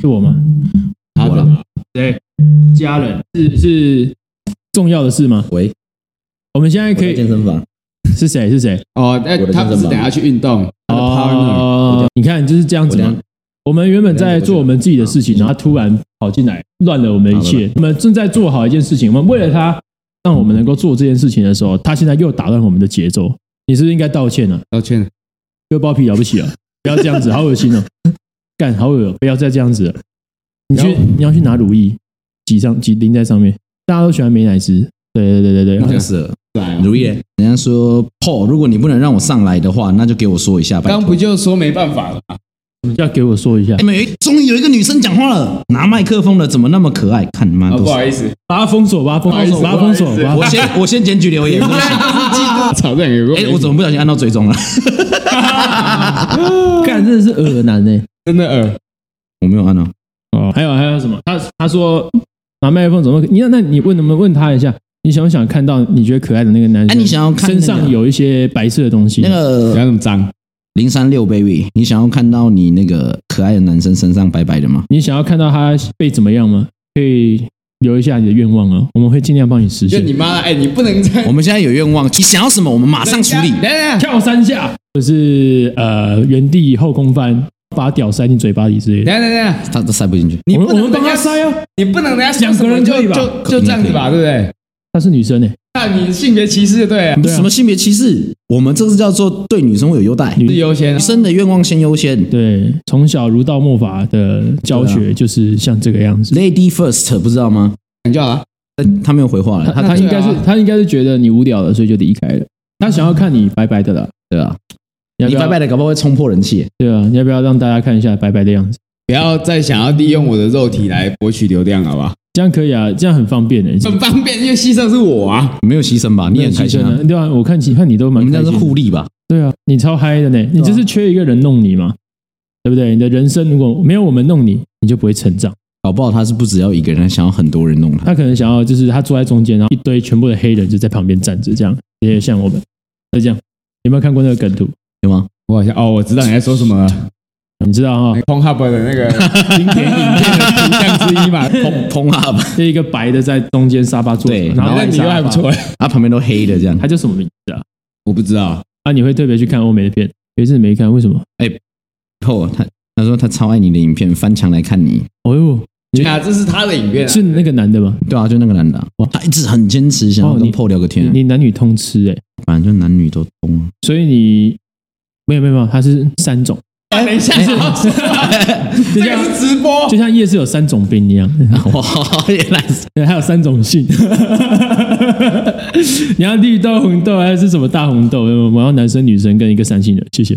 Speaker 1: 是我吗？
Speaker 3: 好了，
Speaker 1: 对，家人是是重要的事吗？
Speaker 2: 喂，
Speaker 1: 我们现在可
Speaker 2: 我在健
Speaker 1: 以
Speaker 2: 身房，
Speaker 1: 是谁是谁？
Speaker 3: 哦，那
Speaker 2: 我的
Speaker 3: 他
Speaker 2: 健
Speaker 3: 不
Speaker 2: 身
Speaker 3: 是
Speaker 2: 房
Speaker 3: 等下去运动，他的 partner
Speaker 1: 哦，你看就是这样
Speaker 2: 我
Speaker 1: 子
Speaker 2: 等
Speaker 1: 吗
Speaker 2: 下？
Speaker 1: 我们原本在做我们自己的事情，然后他突然跑进来，乱了我们的一切。我们正在做好一件事情，我们为了他，让我们能够做这件事情的时候，他现在又打乱我们的节奏。你是不是应该道歉啊？
Speaker 3: 道歉。
Speaker 1: 割包皮了不起啊！不要这样子，好恶心哦！干，好恶哦，不要再这样子了。你去，你要去拿乳液，挤上挤淋在上面。大家都喜欢美乃滋，对对对对
Speaker 2: 那
Speaker 1: 对。
Speaker 2: 是
Speaker 3: 来哦
Speaker 2: 如意，人家说 Paul，如果你不能让我上来的话，那就给我说一下，拜托
Speaker 3: 刚不就说没办法了吗？
Speaker 1: 要给我说一下
Speaker 2: 哎，，没，终于有一个女生讲话了，拿麦克风了，怎么那么可爱？看你妈
Speaker 3: 哦，
Speaker 2: 都
Speaker 3: 不
Speaker 2: 是。
Speaker 3: 好意思，
Speaker 1: 把它封锁，把它封锁，
Speaker 3: 不
Speaker 1: 把它
Speaker 3: 好
Speaker 1: 封
Speaker 3: 意思
Speaker 1: 锁，把它
Speaker 2: 我
Speaker 1: 封锁。
Speaker 2: 先我先检举留 言。
Speaker 1: 啊
Speaker 3: 吵这有 个
Speaker 2: 哎，我怎么不小心按到追踪了？
Speaker 1: 干，真的是恶男呢。
Speaker 3: 真的耳？
Speaker 2: 我没有按啊。
Speaker 1: 哦，还有还有什么？他他说拿麦克风怎么可？你那那你问能不能问他一下？你想不想看到你觉得可爱的那个男生？
Speaker 2: 哎你想要看那
Speaker 1: 身
Speaker 2: 个
Speaker 1: 上有一些白色的东西？
Speaker 2: 那
Speaker 3: 不
Speaker 2: 个
Speaker 3: 要那么脏，
Speaker 2: 零三六 baby，你想要看到你那个可爱的男生身上白白的吗？
Speaker 1: 你想要看到他被怎么样吗？可以留一下你的愿望啊，我们会尽量帮你实
Speaker 3: 就
Speaker 1: 现。
Speaker 3: 你妈！哎，你不能再
Speaker 2: 我们现在有愿望，你想要什么，我们马上处理。
Speaker 1: 啊
Speaker 3: 等等，
Speaker 1: 跳三下，就是呃原地后空翻，把屌塞进嘴巴里之类的。
Speaker 3: 等等等，
Speaker 2: 他都塞不进去，
Speaker 3: 你
Speaker 1: 我
Speaker 3: 不
Speaker 1: 们我
Speaker 3: 能
Speaker 1: 们帮他塞啊，
Speaker 3: 你不能等下想什么就就就这样子吧，对不对？
Speaker 1: 她是女生呢、欸
Speaker 3: 看你性别歧视就对了，
Speaker 1: 对啊
Speaker 2: 什么性别歧视？我们这个叫做对女生会有优待，
Speaker 1: 女
Speaker 3: 是优先
Speaker 2: 女。生的愿望先优先
Speaker 1: 对，从小儒道墨法的教
Speaker 2: 啊
Speaker 1: 学就是像这个样子。
Speaker 2: ，Lady First，不知道吗？
Speaker 3: 你叫啊？
Speaker 2: 但他没有回话了，
Speaker 1: 他他
Speaker 2: 他他
Speaker 1: 应该是
Speaker 3: 对啊
Speaker 1: 他应该是觉得你无聊了，所以就离开了。他想要看你白白的了，
Speaker 2: 对啊，
Speaker 1: 要不
Speaker 2: 你
Speaker 1: 要
Speaker 2: 白白的搞不好会冲破人气。
Speaker 1: 对啊，你要不要让大家看一下白白的样子？
Speaker 3: 不要再想要利用我的肉体来博取流量，好吧？
Speaker 1: 这样可以啊，这样很方便的、
Speaker 3: 很方便，因为牺牲是我啊。
Speaker 2: 没有牺牲吧？你也很开心啊
Speaker 1: 啊，？对啊，我看其看你都
Speaker 2: 我
Speaker 1: 蛮
Speaker 2: 们
Speaker 1: 开
Speaker 2: 这是
Speaker 1: 心的
Speaker 2: 互利吧？
Speaker 1: 对啊，你超嗨的呢，你就是缺一个人弄你嘛，对不对？你的人生如果没有我们弄你，你就不会成长。
Speaker 2: 搞不好他是不只要一个人，他想要很多人弄他。
Speaker 1: 他可能想要就是他坐在中间，然后一堆全部的黑人就在旁边站着，这样也有像我们，就这样。有没有看过那个梗图？
Speaker 2: 有吗？
Speaker 3: 我好像哦，我知道你在说什么了。
Speaker 1: 你知道 哈，
Speaker 3: 空 hub 的那 个经典影片的形象之 一嘛。
Speaker 2: 砰砰啊！
Speaker 1: 这一个白的在中间沙发坐着，
Speaker 2: 对
Speaker 1: 然后
Speaker 3: 那
Speaker 1: 烂
Speaker 3: 你
Speaker 1: 沙
Speaker 3: 又
Speaker 1: 发
Speaker 3: 还不错，
Speaker 2: 他旁边都黑的这样
Speaker 1: 他。叫什么名字啊？
Speaker 3: 我不知道，
Speaker 1: 啊，你会特别去看欧美的片？有一次没看，为什么？
Speaker 2: 后他他说他超爱你的影片，翻墙来看你。
Speaker 1: 哦呦，
Speaker 3: 啊，这是他的影片啊
Speaker 1: 是那个男的吗？
Speaker 2: 对啊，就那个男的啊、他一直很坚持想要
Speaker 1: 哦你
Speaker 2: 跟 PO 聊个天啊、
Speaker 1: 你你男女通吃哎、
Speaker 2: 反正就男女都通 啊。
Speaker 1: 所以你没有没有没有，他是三种，哎
Speaker 3: 哎等一下，
Speaker 1: 就
Speaker 3: 这
Speaker 1: 像
Speaker 3: 个是直 播
Speaker 1: 就，像夜市有三种兵一样，
Speaker 2: 哇，原来是
Speaker 1: 对，还有三种性。 你要绿豆、红豆还是什么大红豆？我要男生、女生跟一个三性人，谢谢。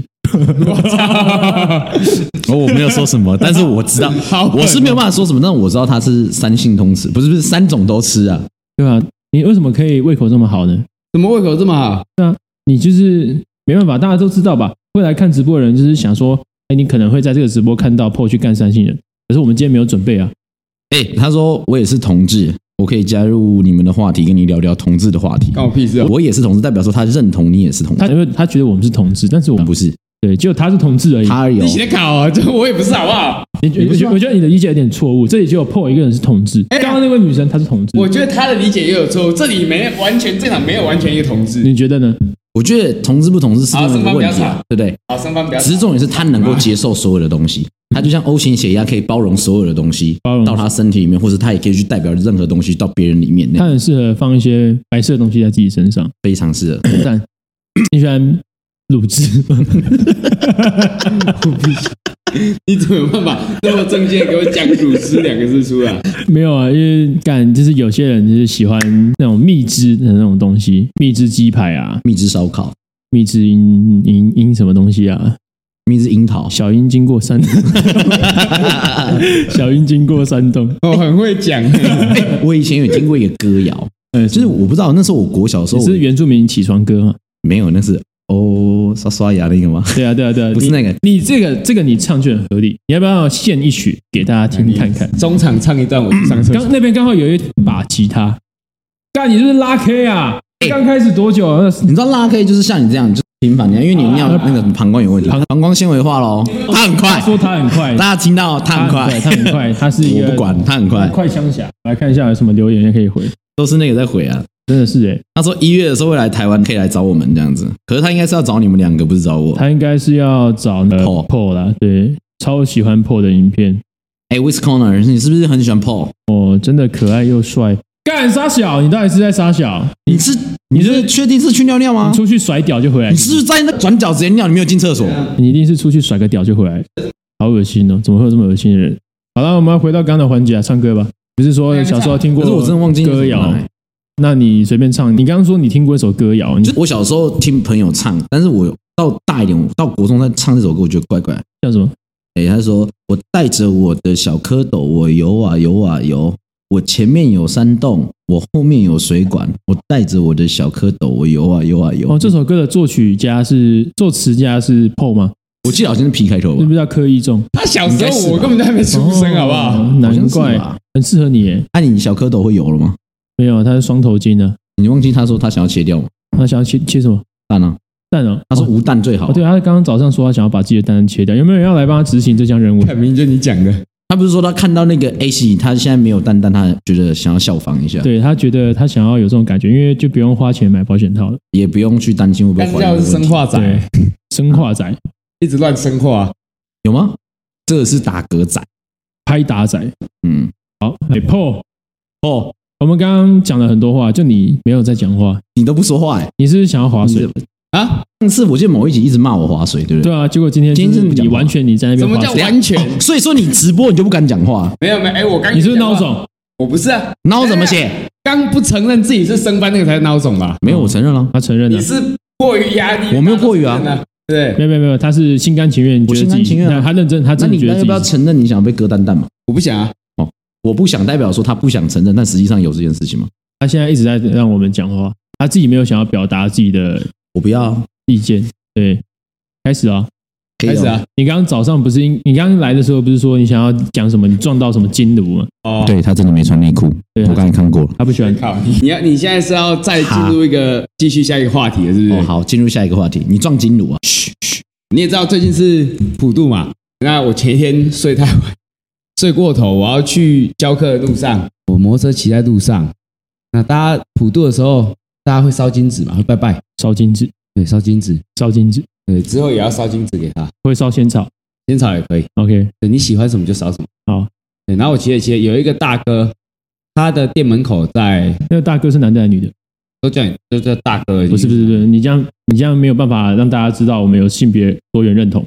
Speaker 2: 哦，我没有说什么，但是我知道，我是没有办法说什么，但我知道他是三性通吃，不是不是三种都吃啊。
Speaker 1: 对吧？你为什么可以胃口这么好呢？
Speaker 3: 怎么胃口这么好？
Speaker 1: 你就是没办法，大家都知道吧？会来看直播的人就是想说，哎，你可能会在这个直播看到 PO 去干三性人，可是我们今天没有准备啊。
Speaker 2: 哎、他说我也是同志，我可以加入你们的话题，跟你聊聊同志的话题。
Speaker 3: 关我屁事哦！
Speaker 2: 我也是同志，代表说他认同你也是同
Speaker 1: 他
Speaker 2: 志，
Speaker 1: 因为他觉得我们是同志，但是我们
Speaker 2: 不是
Speaker 1: 对，只有他是同志而已。
Speaker 2: 他而已哦、
Speaker 3: 你写的考啊， 这我也不是好不好？
Speaker 1: 你觉我觉得我觉得你的理解有点错误，这里只有 PO 一个人是同志，刚刚那位女生她是同志，
Speaker 3: 我觉得他的理解也有错误，这里没完全这场没有完全一个同志。
Speaker 1: 你觉得呢？
Speaker 2: 我觉得同志不同志是另外一个问题啊
Speaker 3: 好，
Speaker 2: 对不对？
Speaker 3: 好，双方不要吵。
Speaker 2: 只是重点是他能够接受所有的东西，他就像 O 型血压可以包容所有的东西
Speaker 1: 包容
Speaker 2: 到他身体里面，或者他也可以去代表任何东西到别人里面，那
Speaker 1: 他
Speaker 2: 样
Speaker 1: 很适合放一些白色的东西在自己身上，
Speaker 2: 非常适合。
Speaker 1: 但 你喜欢乳汁吗？
Speaker 3: 你怎么有办法那么正经地给我讲“乳汁”两个字出 来？
Speaker 1: 没有啊，因为干就是有些人就是喜欢那种蜜汁的那种东西，蜜汁鸡排啊，
Speaker 2: 蜜汁烧烤，
Speaker 1: 蜜汁樱樱樱什么东西啊？
Speaker 2: 蜜汁樱 桃，
Speaker 1: 小樱经过山， 小樱经过山洞，
Speaker 3: 我哦很会讲，
Speaker 2: 我以前有听过一个歌谣，
Speaker 1: 呃，
Speaker 2: 就是我不知道那时候我国小的时
Speaker 1: 你
Speaker 2: 候
Speaker 1: 是原住民起床歌嘛？
Speaker 2: 没有，那是哦刷刷牙那 个吗？
Speaker 1: 对啊，对啊，对啊，
Speaker 2: 不是
Speaker 1: 你
Speaker 2: 那个
Speaker 1: 你这个这个你唱就很合理，你要不要献一曲给大家听看看？
Speaker 3: 中场唱一段，我去上厕所
Speaker 1: 刚。那边刚好有一把吉他，干你是不是拉 K 啊？
Speaker 2: 哎
Speaker 1: 刚开始多久啊？
Speaker 2: 你知道拉 K 就是像你这样，就频繁的，因为你尿那个膀胱有问题， 膀胱纤维化喽，它很快
Speaker 1: 他，说他很快，
Speaker 2: 大家听到它很快，
Speaker 1: 他很快，他是一
Speaker 2: 我
Speaker 1: 个
Speaker 2: 不管，它很快，
Speaker 1: 快枪侠。来看一下有什么留言可以回，
Speaker 2: 都是那个在回啊。
Speaker 1: 真的是哎，
Speaker 2: 他说一月的时候会来台湾，可以来找我们这样子。可是他应该是要找你们两个，不是找我。
Speaker 1: 他应该是要找那个
Speaker 2: Paul
Speaker 1: Paul 啦，对，超喜欢 Paul 的影片，
Speaker 2: 哎 w i s c o n n e r 你是不是很喜欢 Paul？
Speaker 1: 哦，真的可爱又帅。干沙小，你到底是在沙小？
Speaker 2: 你是你是确定是去尿尿吗
Speaker 1: 你？出去甩屌就回来
Speaker 2: 你，是不是在那转角直接尿？你没有进厕所？
Speaker 1: 你一定是出去甩个屌就回来，好恶心哦！怎么会有这么恶心的人？好了，我们回到刚刚的环节啊，唱歌吧。不是说小时候听过，
Speaker 2: 可是我真的忘记
Speaker 1: 歌谣
Speaker 2: 了。。
Speaker 1: 那你随便唱。你刚刚说你听过一首歌谣，你
Speaker 2: 就我小时候听朋友唱，但是我到大一点，我到国中在唱这首歌，我觉得怪怪。
Speaker 1: 叫什么？
Speaker 2: 哎，他说我带着我的小蝌蚪，我游啊游啊游，我前面有山洞，我后面有水管，我带着我的小蝌蚪，我游啊游啊游。
Speaker 1: 哦，这首歌的作曲家是作词家是 Paul 吗？
Speaker 2: 我记得好像是 P 开头吧
Speaker 1: 是不，是叫柯一仲？
Speaker 3: 他小时候我根本就还没出生，好不好？
Speaker 1: 哦难
Speaker 2: 好像
Speaker 1: 怪
Speaker 2: 是吧
Speaker 1: 很适合你耶。
Speaker 2: 那、啊你小蝌蚪会游了吗？
Speaker 1: 没有，他是双头巾的。
Speaker 2: 你忘记他说他想要切掉吗？
Speaker 1: 他想要切切什么
Speaker 2: 蛋啊，
Speaker 1: 蛋哦？
Speaker 2: 他说无蛋最好。啊
Speaker 1: 哦，对，他刚刚早上说他想要把自己的蛋切掉，有没有人要来帮他执行这项 任务？
Speaker 3: 很明就你讲的，
Speaker 2: 他不是说他看到那个 A 型，他现在没有蛋蛋，他觉得想要效仿一下，
Speaker 1: 对他觉得他想要有这种感觉，因为就不用花钱买保险套了。
Speaker 2: 也不用去担心会不会
Speaker 3: 但
Speaker 2: 怀
Speaker 3: 是要
Speaker 2: 孕
Speaker 3: 是
Speaker 2: 的问
Speaker 3: 生
Speaker 2: 题。
Speaker 3: 化仔，
Speaker 1: 对，生化仔、
Speaker 3: 一直乱生化，
Speaker 2: 有吗？这个是打嗝仔，
Speaker 1: 拍打仔。
Speaker 2: 嗯，
Speaker 1: 好，哎，Paul，
Speaker 2: 哦，
Speaker 1: 我们刚刚讲了很多话，就你没有在讲话，
Speaker 2: 你都不说话哎、
Speaker 1: 你是不是想要划水？
Speaker 2: 啊！上次我记得某一集一直骂我划水，对不对？
Speaker 1: 对啊，结果今天就
Speaker 2: 今
Speaker 1: 是
Speaker 2: 天是不
Speaker 1: 你
Speaker 2: 讲话
Speaker 1: 完全你在那边
Speaker 3: 什么
Speaker 1: 划
Speaker 3: 叫
Speaker 1: 水，
Speaker 3: 完全？
Speaker 2: 哦所以说你直播你就不敢讲话，
Speaker 3: 没有没有，哎，我刚
Speaker 1: 你是不是
Speaker 3: 讲
Speaker 1: 孬
Speaker 3: 话？
Speaker 1: 种？
Speaker 3: 我不是啊，
Speaker 2: 孬怎么写？
Speaker 3: 刚不承认自己是升班那个才是孬种吧？
Speaker 2: 没有，我承认啊了。
Speaker 1: 他承认了
Speaker 3: 你，是过于压力，
Speaker 2: 我没有过于啊
Speaker 3: 承认啊，对，
Speaker 1: 没有没有没有，他是心甘情愿，
Speaker 2: 我
Speaker 1: 觉得自己
Speaker 2: 心甘情愿啊
Speaker 1: 他认真，他
Speaker 2: 那
Speaker 1: 真的
Speaker 2: 你
Speaker 1: 觉得
Speaker 2: 刚
Speaker 1: 自
Speaker 2: 刚要不要
Speaker 1: 己
Speaker 2: 承认你想要被割蛋蛋嘛？
Speaker 3: 我不想啊，
Speaker 2: 我不想代表说他不想承认，但实际上有这件事情吗？
Speaker 1: 他现在一直在让我们讲话，他自己没有想要表达自己的
Speaker 2: 我不要啊，
Speaker 1: 意见。对，开始啊！
Speaker 2: 可以
Speaker 3: 开
Speaker 2: 啊
Speaker 3: 始啊，
Speaker 1: 你刚刚早上不是应你刚刚来的时候不是说你想要讲什么？你撞到什么金炉吗？
Speaker 3: 哦，
Speaker 2: 对他真的没穿内裤，
Speaker 1: 对啊
Speaker 2: 我刚才看过了。
Speaker 1: 他不喜欢。
Speaker 3: 靠，你要你现在是要再进入一个继续下一个话题了，是不
Speaker 2: 哦，
Speaker 3: 是？
Speaker 2: 好，进入下一个话题，你撞金乳啊？嘘嘘，
Speaker 3: 你也知道最近是普渡嘛，那我前一天睡太晚， 睡过头，我要去教课的路上，我摩托车骑在路上，那大家普渡的时候，大家会烧金纸嘛，会拜拜，
Speaker 1: 烧金纸，
Speaker 3: 对，烧金纸，
Speaker 1: 烧金纸
Speaker 3: 对，呃之后也要烧金纸给他，
Speaker 1: 会烧仙草。
Speaker 3: 仙草也可以，
Speaker 1: OK，
Speaker 3: 对，你喜欢什么就烧什么。
Speaker 1: 好，
Speaker 3: 对，然后我骑着骑着，有一个大哥，他的店门口在
Speaker 1: 那个大哥是男的还是女的？
Speaker 3: 都叫你都叫大哥，
Speaker 1: 不是不是不是，
Speaker 3: 嗯
Speaker 1: 你这样你这样没有办法让大家知道我们有性别多元认同。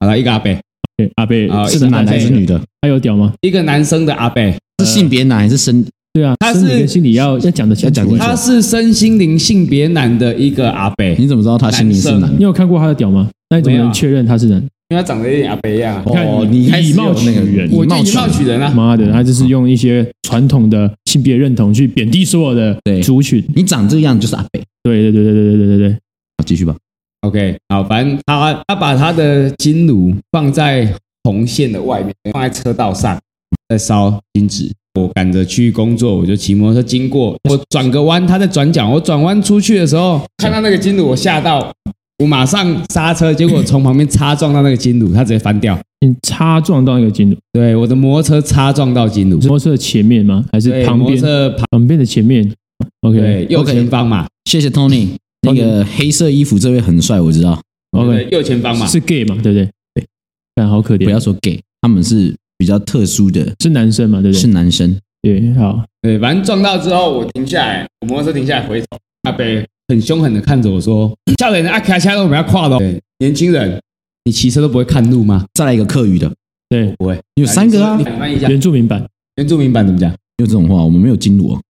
Speaker 3: 好了，一个阿伯，
Speaker 1: 对，阿贝
Speaker 3: 啊
Speaker 2: 是男的还是女？的？呃
Speaker 1: 他有屌吗？
Speaker 3: 一个男生的阿伯，
Speaker 1: 嗯
Speaker 2: 是性别男还是生？
Speaker 1: 对啊，
Speaker 3: 他
Speaker 1: 身体
Speaker 3: 是
Speaker 1: 跟心理要要讲的清
Speaker 2: 要讲
Speaker 1: 楚
Speaker 2: 清。楚
Speaker 3: 他是身心灵性别男的一个阿伯，
Speaker 2: 你怎么知道他心灵是男
Speaker 3: 男？
Speaker 1: 你有看过他的屌吗？那你怎么
Speaker 3: 没有
Speaker 1: 能
Speaker 3: 啊
Speaker 1: 确认他是男？
Speaker 3: 因为他长得有点阿伯一样啊。
Speaker 1: 你看
Speaker 2: 哦，
Speaker 1: 以
Speaker 2: 你开始
Speaker 1: 以貌
Speaker 2: 有那个
Speaker 1: 取人
Speaker 3: 我
Speaker 2: 以
Speaker 3: 就
Speaker 2: 貌
Speaker 3: 以
Speaker 2: 取
Speaker 3: 貌取人啊，
Speaker 1: 妈的，他就是用一些传统的性别认同去贬低所有的
Speaker 2: 对
Speaker 1: 族群。
Speaker 2: 你长这样就是阿北。
Speaker 1: 对对对对对对对对对，
Speaker 2: 好，继续吧。
Speaker 3: OK，好，反正他他把他的金炉放在红线的外面，放在车道上，在烧金纸。我赶着去工作，我就骑摩托车经过，我转个弯，他在转角，我转弯出去的 时候，看到那个金炉，我吓到，我马上刹车，结果从旁边擦撞到那个金炉，他直接翻掉。
Speaker 1: 你擦撞到一个金牛，
Speaker 3: 对，我的摩托车擦撞到金炉，
Speaker 1: 摩托车的前面吗？还是
Speaker 3: 对，
Speaker 1: 旁
Speaker 3: 摩托
Speaker 1: 边？
Speaker 3: 车旁
Speaker 1: 旁边的前面
Speaker 3: 对
Speaker 1: ？OK
Speaker 3: 右前方嘛，
Speaker 2: 谢谢 Tony。那个黑色衣服这位很帅，我知道。
Speaker 1: OK，
Speaker 3: 对右前方嘛，
Speaker 1: 是 gay 嘛？对不对？对，但好可
Speaker 2: 不要
Speaker 1: 怜，
Speaker 2: 说 gay，他们是比较特殊的，
Speaker 1: 是男生嘛？对不
Speaker 2: 是
Speaker 1: 对？
Speaker 2: 男生。
Speaker 1: 对，好，
Speaker 3: 对，反正撞到之后，我停下来，我摩托车停下来回头，阿北很凶狠的看着我说：“叫人啊，开车都不要跨了哦，对年轻人，你骑车都不会看路吗
Speaker 2: 再来一个客语的，
Speaker 1: 对？”，
Speaker 3: 不会，
Speaker 2: 你有三个啊
Speaker 3: 你，翻译一下
Speaker 1: 原住民版
Speaker 3: 原住民版怎么讲？
Speaker 2: 有这种话，我们没有金啊锣、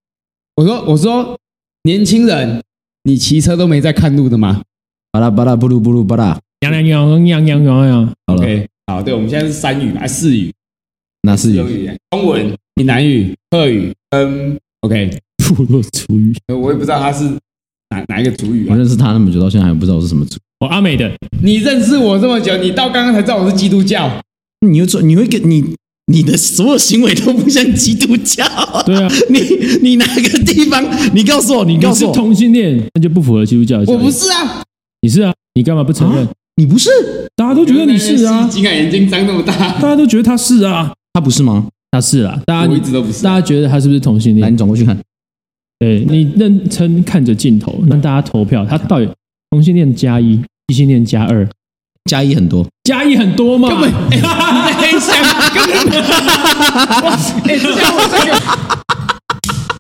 Speaker 3: 我说我说，年轻人，你骑车都没在看路的吗
Speaker 2: 巴拉巴拉布鲁布鲁巴拉。
Speaker 1: 娘娘娘娘娘娘娘，
Speaker 2: 好了，
Speaker 3: ？OK，好，对，我们现在是三语嘛，啊四语，
Speaker 2: 那是
Speaker 3: 四种语言，中文、闽南语、客语跟 OK，
Speaker 1: 部落族语。
Speaker 3: 呃我也不知道他是哪哪一个主语
Speaker 2: 我
Speaker 3: 啊。
Speaker 2: 认识他那么久，到现在还不知道我是什么族。
Speaker 1: 哦，阿美的，
Speaker 3: 你认识我这么久，你到刚刚才知道我是基督教，
Speaker 2: 你又做，你会跟你你的所有行为都不像基督教。
Speaker 1: 对啊，
Speaker 2: 你你哪个地方？你告诉我，你
Speaker 1: 你
Speaker 2: 告诉
Speaker 1: 是
Speaker 2: 我，
Speaker 1: 同性恋，那就不符合基督教的教
Speaker 3: 我
Speaker 1: 义。
Speaker 3: 不是啊。
Speaker 1: 你是啊，你干嘛不承认？
Speaker 2: 你不是
Speaker 1: 大家都觉得你是啊，
Speaker 3: 金眼睛张那么大，
Speaker 1: 大家都觉得他是啊，
Speaker 2: 他不是吗？
Speaker 1: 他是啊，大家
Speaker 3: 我一直都不是
Speaker 1: 大家觉得他是不是同性
Speaker 2: 来，
Speaker 1: 恋
Speaker 2: 你？转过去看，
Speaker 1: 对你认真看着镜头，让大家投票，他到底同性恋加一，异性恋加二，
Speaker 2: 加一很多。
Speaker 1: 加一很多嘛？根本
Speaker 3: 黑箱，根本没有。哎，这样我这个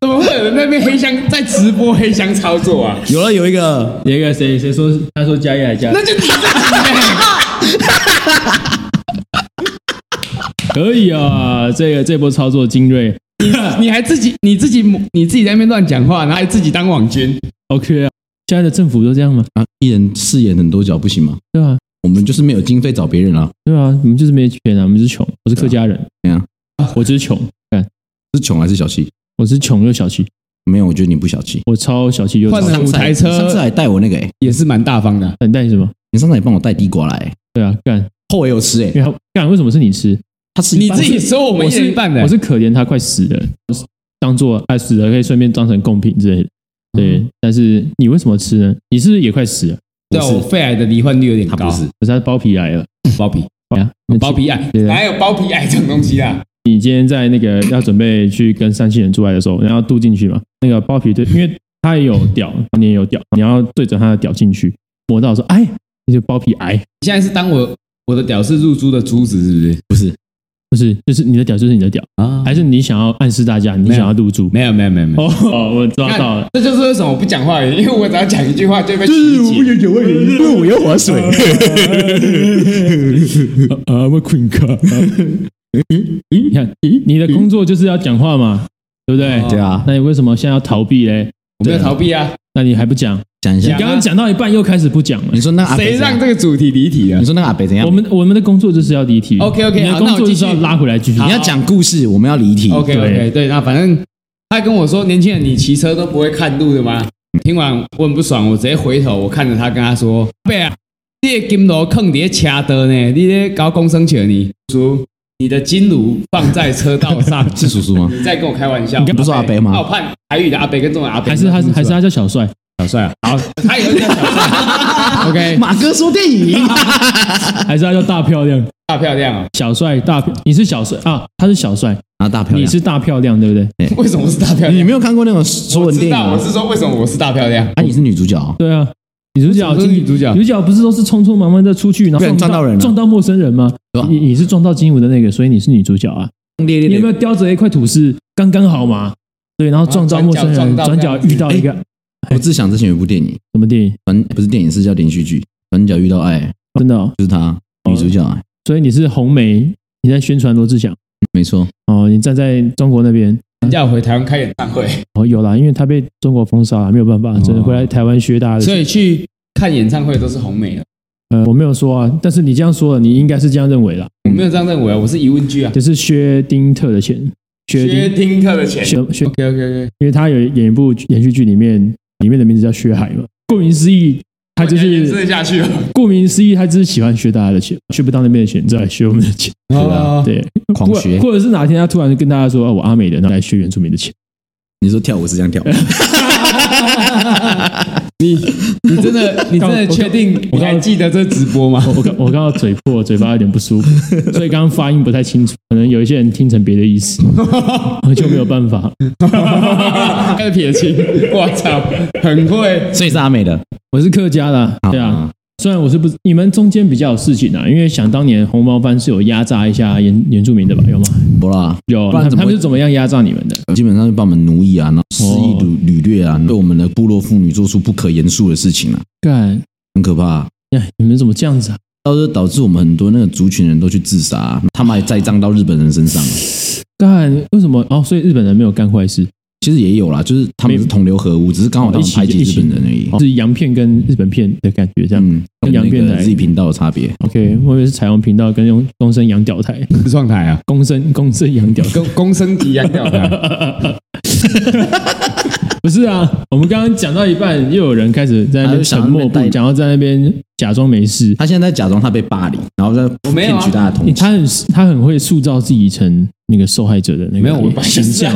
Speaker 3: 怎么会有人在那边黑箱在直播黑箱操作啊？
Speaker 2: 有了，有一个
Speaker 1: 那个谁谁说他说加一还加
Speaker 3: 那就你自己呗。
Speaker 1: 可以啊，这个这波操作精锐
Speaker 3: 你还自己你自己你自己在那边乱讲话，然后还自己当网军，
Speaker 1: ，OK 啊。现在的政府都这样吗？
Speaker 2: 啊，一人饰演很多角不行吗？
Speaker 1: 对啊，
Speaker 2: 我们就是没有经费找别人啊，
Speaker 1: 对啊，我们就是没钱啊，我们是穷，我是客家人，啊
Speaker 2: 怎样？
Speaker 1: 我就是穷，看
Speaker 2: 是穷还是小气？
Speaker 1: 我是穷又小气，
Speaker 2: 没有，我觉得你不小气。
Speaker 1: 我超小气又
Speaker 3: 换
Speaker 1: 超
Speaker 3: 了
Speaker 2: 上
Speaker 3: 五
Speaker 2: 次还
Speaker 3: 台车
Speaker 2: 上次还带我那个、欸，
Speaker 3: 也是蛮大方的。
Speaker 1: 很淡什么？
Speaker 2: 你上次还帮我带地瓜来、欸，
Speaker 1: 对啊，干，
Speaker 2: 后来有吃哎、欸
Speaker 1: 因为他干为什么是你吃？
Speaker 2: 他是
Speaker 3: 你自己说我们
Speaker 1: 我
Speaker 3: 一人
Speaker 1: 是
Speaker 3: 一半的
Speaker 1: 我，是可怜他快死了，当做他死了可以顺便当成贡品之类的。对，但是你为什么吃呢？你是不是也快死了？
Speaker 3: 对啊
Speaker 2: 不是
Speaker 3: 我肺癌的罹患率有点
Speaker 2: 他
Speaker 3: 高
Speaker 2: 不，是
Speaker 1: 可是他包皮癌了，
Speaker 3: 包皮
Speaker 1: 哎呀，那
Speaker 3: 包皮癌
Speaker 1: 对啊
Speaker 3: 哪有包皮癌这种东西啊？
Speaker 1: 你今天在那个要准备去跟山西人做爱的时候，然后渡进去嘛，那个包皮对，因为他也有屌，你也有屌，你要对着他的屌进去，磨到说，哎，那就包皮癌，
Speaker 3: 你现在是当我我的屌是入猪的珠子是不是？
Speaker 2: 不是
Speaker 1: 不是，就是你的屌就是你的屌，
Speaker 3: 啊
Speaker 1: 还是你想要暗示大家你想要入住？
Speaker 3: 没有没有没有没有。
Speaker 1: 哦，我抓到了
Speaker 3: 看，，这就是为什么我不讲话的原因，因为我只要讲一句话就被
Speaker 2: 就是
Speaker 3: 曲
Speaker 2: 我不
Speaker 3: 解。
Speaker 2: 想讲话，因为我要划水。
Speaker 1: 啊，我 queen 哥，你看你的工作就是要讲话嘛，对不对？
Speaker 2: 对啊，
Speaker 1: 那你为什么现在要逃避嘞？
Speaker 3: 我没有逃避啊，
Speaker 1: 那你还不讲？
Speaker 2: 讲一
Speaker 1: 你
Speaker 2: 下
Speaker 1: 刚，刚讲到一半又开始不讲了
Speaker 2: 你。说那个阿北
Speaker 3: 谁
Speaker 2: 怎样
Speaker 3: 让这个主题离题啊了
Speaker 2: 你？说那个阿北怎样
Speaker 1: 我？们我们的工作就是要离题
Speaker 3: OK，OK，
Speaker 1: 你的
Speaker 3: 好
Speaker 1: 工
Speaker 3: 那我
Speaker 1: 作就
Speaker 3: 继
Speaker 1: 是要
Speaker 3: 续
Speaker 1: 拉回来继续。
Speaker 2: 你要讲故事，我们要离题。
Speaker 3: OK OK，对，那反正他跟我说，年轻人你骑车都不会看路的吗？听完我很不爽，我直接回头，我看着他跟他说：“贝啊，你的金炉放在车道呢，你在搞公生球呢？叔，你的金炉放在车道 上，
Speaker 2: 是叔叔吗？
Speaker 3: 你在跟我开玩笑？哦
Speaker 2: 不是说阿北吗
Speaker 3: 那我判台语的阿北跟中文阿北，
Speaker 1: 还是他是还是他叫小帅？
Speaker 3: 小帅 啊？好，他也会叫小帅。OK，
Speaker 2: 马哥说电影，
Speaker 1: 还是他叫大漂亮？
Speaker 3: 大漂亮啊！
Speaker 1: 小帅大，你是小帅啊？他是小帅，
Speaker 2: 啊，大漂
Speaker 1: 你
Speaker 2: 亮，
Speaker 1: 是大漂亮，对不对？
Speaker 3: 为什么是大漂
Speaker 2: 你
Speaker 3: 亮？
Speaker 2: 没有看过那种说
Speaker 3: 我
Speaker 2: 文电
Speaker 3: 知
Speaker 2: 影
Speaker 3: 道，我
Speaker 2: 吗？
Speaker 3: 是说为什么我是大漂亮？
Speaker 2: 啊，你是女主角哦，
Speaker 1: 对啊，女主角
Speaker 3: 我是女主角
Speaker 1: 女主角不是都是匆匆忙忙的出去，然后
Speaker 2: 不然撞到人了
Speaker 1: 撞到陌生人吗
Speaker 2: 对吧？
Speaker 1: 你你是撞到金武的那个，所以你是女主角啊？
Speaker 2: 烈
Speaker 1: 你
Speaker 2: 烈
Speaker 1: 有没
Speaker 2: 的
Speaker 1: 有叼着一块土司，刚刚好嘛？对，然后撞到陌生
Speaker 3: 然后
Speaker 1: 人，转
Speaker 3: 转角
Speaker 1: 角遇到一个
Speaker 2: 我自想之前有一部电影，
Speaker 1: 什么电影？
Speaker 2: 反不是电影是叫连续剧，《转角遇到爱》，
Speaker 1: 真的哦，
Speaker 2: 就是她女主角，哎
Speaker 1: 所以你是红梅，你在宣传罗志祥
Speaker 2: 没错，
Speaker 1: 哦，你站在中国那边
Speaker 3: 人家有回台湾开演唱会，
Speaker 1: 哦，有啦，因为他被中国封杀了，没有办法，只能回来台湾学大家的。
Speaker 3: 哦所以去看演唱会都是红梅的。
Speaker 1: 呃，我没有说啊，但是你这样说了，你应该是这样认为啦，
Speaker 3: 我没有这样认为啊，我是疑问句啊。
Speaker 1: 就是薛丁特的钱，薛
Speaker 3: 薛
Speaker 1: 丁
Speaker 3: 丁特的钱。
Speaker 1: 薛薛
Speaker 3: OK OK OK，
Speaker 1: 因为他有演一部连续剧，里面里面的名字叫薛海嘛。顾名思义，他就
Speaker 3: 延
Speaker 1: 是
Speaker 3: 伸下去了。
Speaker 1: 顾名思义，他就是喜欢学大家的钱，学不到那边的钱，再来学我们的钱。
Speaker 3: 哦，
Speaker 1: 对，
Speaker 2: 狂
Speaker 1: 或
Speaker 2: 学。
Speaker 1: 或者是哪天他突然跟大家说：“哦，我阿美人，然后来学原住民的钱。
Speaker 2: 你说跳舞是这样跳，
Speaker 3: 你你真的 你真的确定
Speaker 1: 我
Speaker 3: 你还记得这直播 吗？
Speaker 1: 哦我”我刚我刚刚嘴破，嘴巴有点不舒服，所以刚刚发音不太清楚，可能有一些人听成别的意思，我就没有办法。
Speaker 3: 开始撇清，我操，很会。
Speaker 2: 所以是阿美的。
Speaker 1: 我是客家的，对啊。虽然我是不，你们中间比较有事情啊，因为想当年红毛番是有压榨一下原原住民的吧？有吗？
Speaker 2: 不啦，
Speaker 1: 有，
Speaker 2: 不然
Speaker 1: 他
Speaker 2: 怎么
Speaker 1: 他
Speaker 2: 会
Speaker 1: 们是怎么样压榨你们的？
Speaker 2: 基本上就把我们奴役啊，然后肆意
Speaker 1: 哦
Speaker 2: 掳掳掠啊，对我们的部落妇女做出不可言述的事情啊，
Speaker 1: 干，
Speaker 2: 很可怕啊、
Speaker 1: 哎，你们怎么这样子啊？
Speaker 2: 到时候导致我们很多那个族群人都去自杀啊、他们还栽赃到日本人身上啊。
Speaker 1: 干，为什么？哦，所以日本人没有干坏事，
Speaker 2: 其实也有啦，就是他们是同流合污，只是刚好
Speaker 1: 哦
Speaker 2: 他
Speaker 1: 一
Speaker 2: 们
Speaker 1: 起
Speaker 2: 排挤日本人而已。
Speaker 1: 哦是洋片跟日本片的感觉这样。
Speaker 2: 嗯，跟
Speaker 1: 洋变
Speaker 2: 那
Speaker 1: 态
Speaker 2: 个 Z 频道的差别，
Speaker 1: OK，我以为是彩虹频道跟用公生洋屌台，
Speaker 3: 自创台啊，
Speaker 1: 公生公生洋屌台，
Speaker 3: 公公升级啊，掉台。
Speaker 1: 不是啊？我们刚刚讲到一半，又有人开始在那
Speaker 2: 他
Speaker 1: 边
Speaker 2: 就想
Speaker 1: 沉
Speaker 2: 要
Speaker 1: 默
Speaker 2: 被
Speaker 1: 不
Speaker 2: 带
Speaker 1: 讲，要在那边假装没事。
Speaker 2: 他现在在假装他被霸凌，然后在
Speaker 3: 没有
Speaker 2: 骗
Speaker 3: 啊
Speaker 2: 取大家的
Speaker 1: 欸
Speaker 2: 同情。
Speaker 1: 他很他很会塑造自己成那个受害者的那
Speaker 3: 没有我
Speaker 1: 个形象，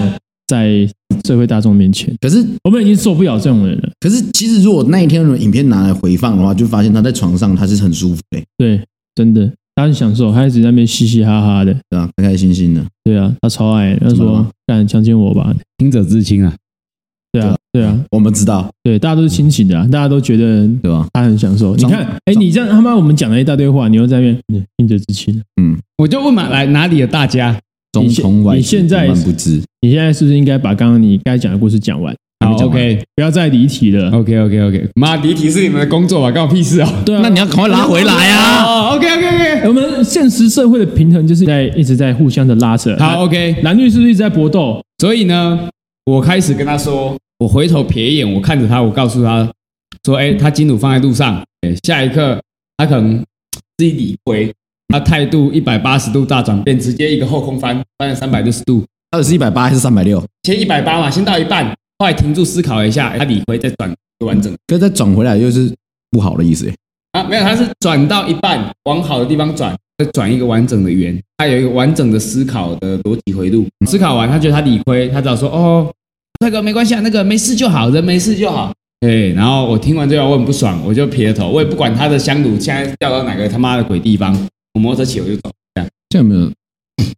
Speaker 1: 在社会大众面前，
Speaker 2: 可是，
Speaker 1: 我们已经受不了这种人了。
Speaker 2: 可是，其实如果那一天的影片拿来回放的话，就发现他在床上他是很舒服的、
Speaker 1: 对，真的，他很享受，他一直在那边嘻嘻哈哈的。
Speaker 2: 对吧？开开心心的。
Speaker 1: 对啊，他超爱，他
Speaker 2: 怎么了
Speaker 1: 说
Speaker 2: 吗
Speaker 1: 干强奸我吧。
Speaker 3: 听者自清啊，
Speaker 1: 对啊，对啊，
Speaker 2: 我们知道，
Speaker 1: 对，大家都是清醒的啊、大家都觉得
Speaker 2: 对吧？
Speaker 1: 他很享受。你
Speaker 2: 长
Speaker 1: 看，哎，
Speaker 2: 长
Speaker 1: 你这样他妈我们讲了一大堆话，你又在那边嗯听者知情。
Speaker 3: 我就问嘛，来哪里的大家？
Speaker 2: 中
Speaker 1: 你现
Speaker 2: 从外
Speaker 1: 你现在
Speaker 2: 万不知，
Speaker 1: 你现在是不是应该把刚刚你该讲的故事讲完，
Speaker 3: 好
Speaker 2: 还没讲完
Speaker 3: ，OK
Speaker 1: 不要再离题了？
Speaker 3: OK OK OK，妈，离题是你们的工作吧，关我屁事啊。
Speaker 1: 对啊，哎
Speaker 2: 那你要赶快拉回来 啊！
Speaker 3: 哦，OK OK OK，
Speaker 1: 我们现实社会的平衡就是在一直在互相的拉扯。
Speaker 3: 好 OK。
Speaker 1: 蓝绿是不是一直在搏斗？
Speaker 3: 所以呢，我开始跟他说，我回头瞥一眼，我看着他，我告诉他说，哎、他金主放在路上，哎、下一刻他可能自己理亏，他态度一百八十度大转变，直接一个后空翻，翻了三百六十度，
Speaker 2: 到底是一百八还是三百六？
Speaker 3: 先一百八嘛，先到一半，后来停住思考一下，哎他理亏再转完整
Speaker 2: 可是再转回来又是不好的意思、欸。
Speaker 3: 啊，没有，他是转到一半，往好的地方转，再转一个完整的圆，他有一个完整的思考的逻辑回路，思考完他觉得他理亏，他只好说哦，那个没关系啊，那个没事就好，人没事就好。对，然后我听完这个我很不爽，我就撇了头，我也不管他的香炉现在掉到哪个他妈的鬼地方，我摩托车骑我就走。
Speaker 2: 这样有没有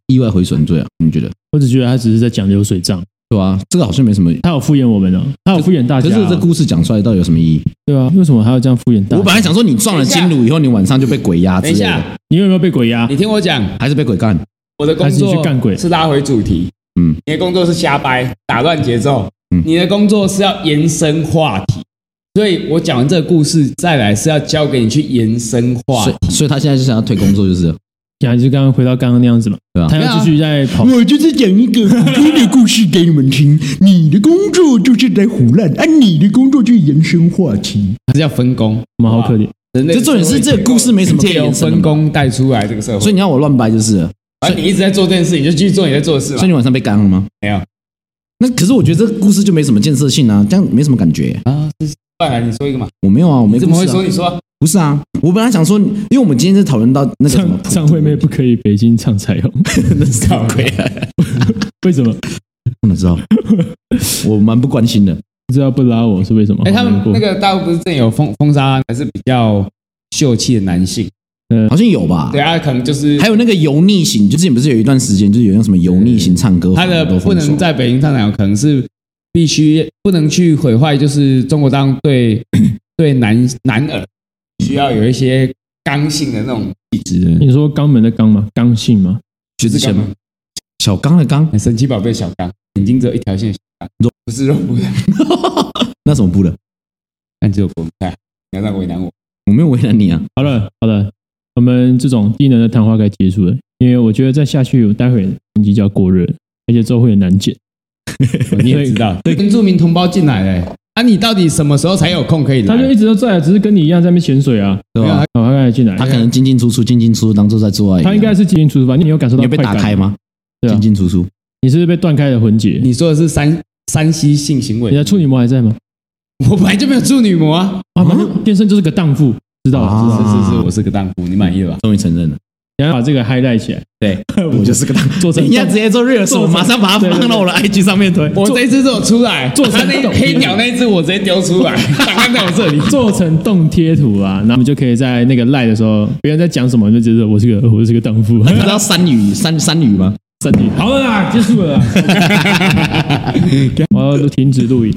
Speaker 2: 意外毁损罪啊？你觉得？
Speaker 1: 我只觉得他只是在讲流水账，
Speaker 2: 对啊，这个好像没什么。
Speaker 1: 他有敷衍我们哦，他有敷衍大
Speaker 2: 可
Speaker 1: 家、
Speaker 2: 是这故事讲出来到底有什么意义？
Speaker 1: 对啊，为什么还要这样敷衍大
Speaker 2: 我
Speaker 1: 家？
Speaker 2: 本来想说你撞了金炉以后，你晚上就被鬼压之
Speaker 3: 等一
Speaker 2: 类
Speaker 3: 下
Speaker 2: 的，，哎
Speaker 1: 你有没有被鬼压？
Speaker 3: 你听我讲，
Speaker 2: 还是被鬼干？
Speaker 3: 我的工
Speaker 1: 还是你
Speaker 3: 作
Speaker 1: 去干鬼
Speaker 3: 是拉回主题，
Speaker 2: 嗯，
Speaker 3: 你的工作是瞎掰，打乱节奏，
Speaker 2: 嗯
Speaker 3: 你的工作是要延伸话题。所以我讲完这个故事，再来是要交给你去延伸话
Speaker 2: 所
Speaker 3: 题。
Speaker 2: 以所以他现在是想要推工作，就是
Speaker 1: 呀，就刚刚回到刚刚那样子嘛
Speaker 2: 对啊，
Speaker 1: 他要继续在跑，
Speaker 2: 我就是讲一个虎哥的故事给你们听。你的工作就是在胡乱，啊，你的工作就是延伸话题。
Speaker 3: 这叫分工。
Speaker 1: 我们好可怜。
Speaker 2: 啊
Speaker 3: 人类
Speaker 2: 这重点是这个故事没什么可以
Speaker 3: 借由
Speaker 2: 延伸的嘛
Speaker 3: 分工带出来这个社会。
Speaker 2: 所以你要我乱掰就是了，
Speaker 3: 反正你一直在做这件事，你就继续做你在做的事
Speaker 2: 所以
Speaker 3: 嘛。
Speaker 2: 你晚上被干了吗？
Speaker 3: 啊没有
Speaker 2: 那可是我觉得这个故事就没什么建设性啊，这样没什么感觉、
Speaker 3: 啊，是再来你说一个嘛？
Speaker 2: 我没有啊，我没、故
Speaker 3: 你怎么会
Speaker 2: 事啊
Speaker 3: 说？你说
Speaker 2: 不是啊，我本来想说，因为我们今天是讨论到那个什么
Speaker 1: 唱唱会妹不可以北京唱彩虹，
Speaker 2: 搞鬼啊，
Speaker 1: 为什么？
Speaker 2: 不能知道， 我蛮不关心的。
Speaker 1: 不知道不拉我是为什么？
Speaker 3: 哎、他
Speaker 1: 好难
Speaker 3: 们
Speaker 1: 过
Speaker 3: 那个大陆不是正有封封杀，还是比较秀气的男性？
Speaker 2: 好像有吧？
Speaker 3: 对啊，可能就是
Speaker 2: 还有那个油腻型，就之前不是有一段时间，就是有那种什么油腻型唱歌，
Speaker 3: 嗯他的
Speaker 2: 很多
Speaker 3: 不
Speaker 2: 风
Speaker 3: 能
Speaker 2: 俗
Speaker 3: 在北京上台，可能是必须不能去毁坏，就是中国大陆对 对男男儿需要有一些刚性的那种气质。
Speaker 1: 你说肛门的肛吗？刚性吗？
Speaker 2: 薛之谦
Speaker 3: 干
Speaker 2: 吗
Speaker 3: 嘛？
Speaker 2: 小刚的刚，
Speaker 3: 神奇宝贝小刚，眼睛只有一条线，小刚
Speaker 2: 肉
Speaker 3: 不是肉不 是，
Speaker 2: 那什么不的？
Speaker 3: 但只有不太。你要这样为难我，
Speaker 2: 我没有为难你啊。
Speaker 1: 好了好了，我们这种低能的谈话该结束了，因为我觉得再下去，我待会年纪就要过热了，而且之后会很难剪。
Speaker 3: 你也知道，对原住民同胞进来嘞、啊，你到底什么时候才有空可以来
Speaker 1: 他？就一直都在啊，只是跟你一样在那边潜水啊。
Speaker 2: 对吧？
Speaker 1: 好，他刚才进来，
Speaker 2: 他可能进进出出，进进出出，当做在做爱一样。
Speaker 1: 他应该是进进出出吧？你有感受
Speaker 2: 你
Speaker 1: 到
Speaker 2: 有被
Speaker 1: 快
Speaker 2: 打
Speaker 1: 感
Speaker 2: 开？吗？
Speaker 1: 对啊
Speaker 2: 进进出出，
Speaker 1: 你是不是被断开的魂结？
Speaker 3: 你说的是三山西性行
Speaker 1: 你
Speaker 3: 为
Speaker 1: 的，处女膜还在吗？
Speaker 3: 我本来就没有处女膜啊。
Speaker 1: 啊，反正电生就是个荡妇，知道了，知道
Speaker 3: 是
Speaker 1: 了。
Speaker 3: 是是，我是个荡妇，你满意了吧？
Speaker 2: 终于承认了。
Speaker 1: 你要把这个 highlight 起来，
Speaker 2: 对，我就是个大。
Speaker 1: 做成
Speaker 2: 你要直接做 real，
Speaker 1: 做
Speaker 2: 我
Speaker 1: 成
Speaker 2: 马上把它放到我的 IG 上面推。
Speaker 3: 我这一只有出来，
Speaker 1: 做成
Speaker 3: 他 那
Speaker 1: 动
Speaker 3: 黑鸟那一只我直接丢 出来，档案在我这里。
Speaker 1: 做成动贴图啊，然后我们就可以在那个 lie 的时候，别人在讲什么，你就觉得我是个我是个荡妇。
Speaker 2: 你知道三语三三语吗？
Speaker 1: 身体好了啦，结束了啦，我要停止录影。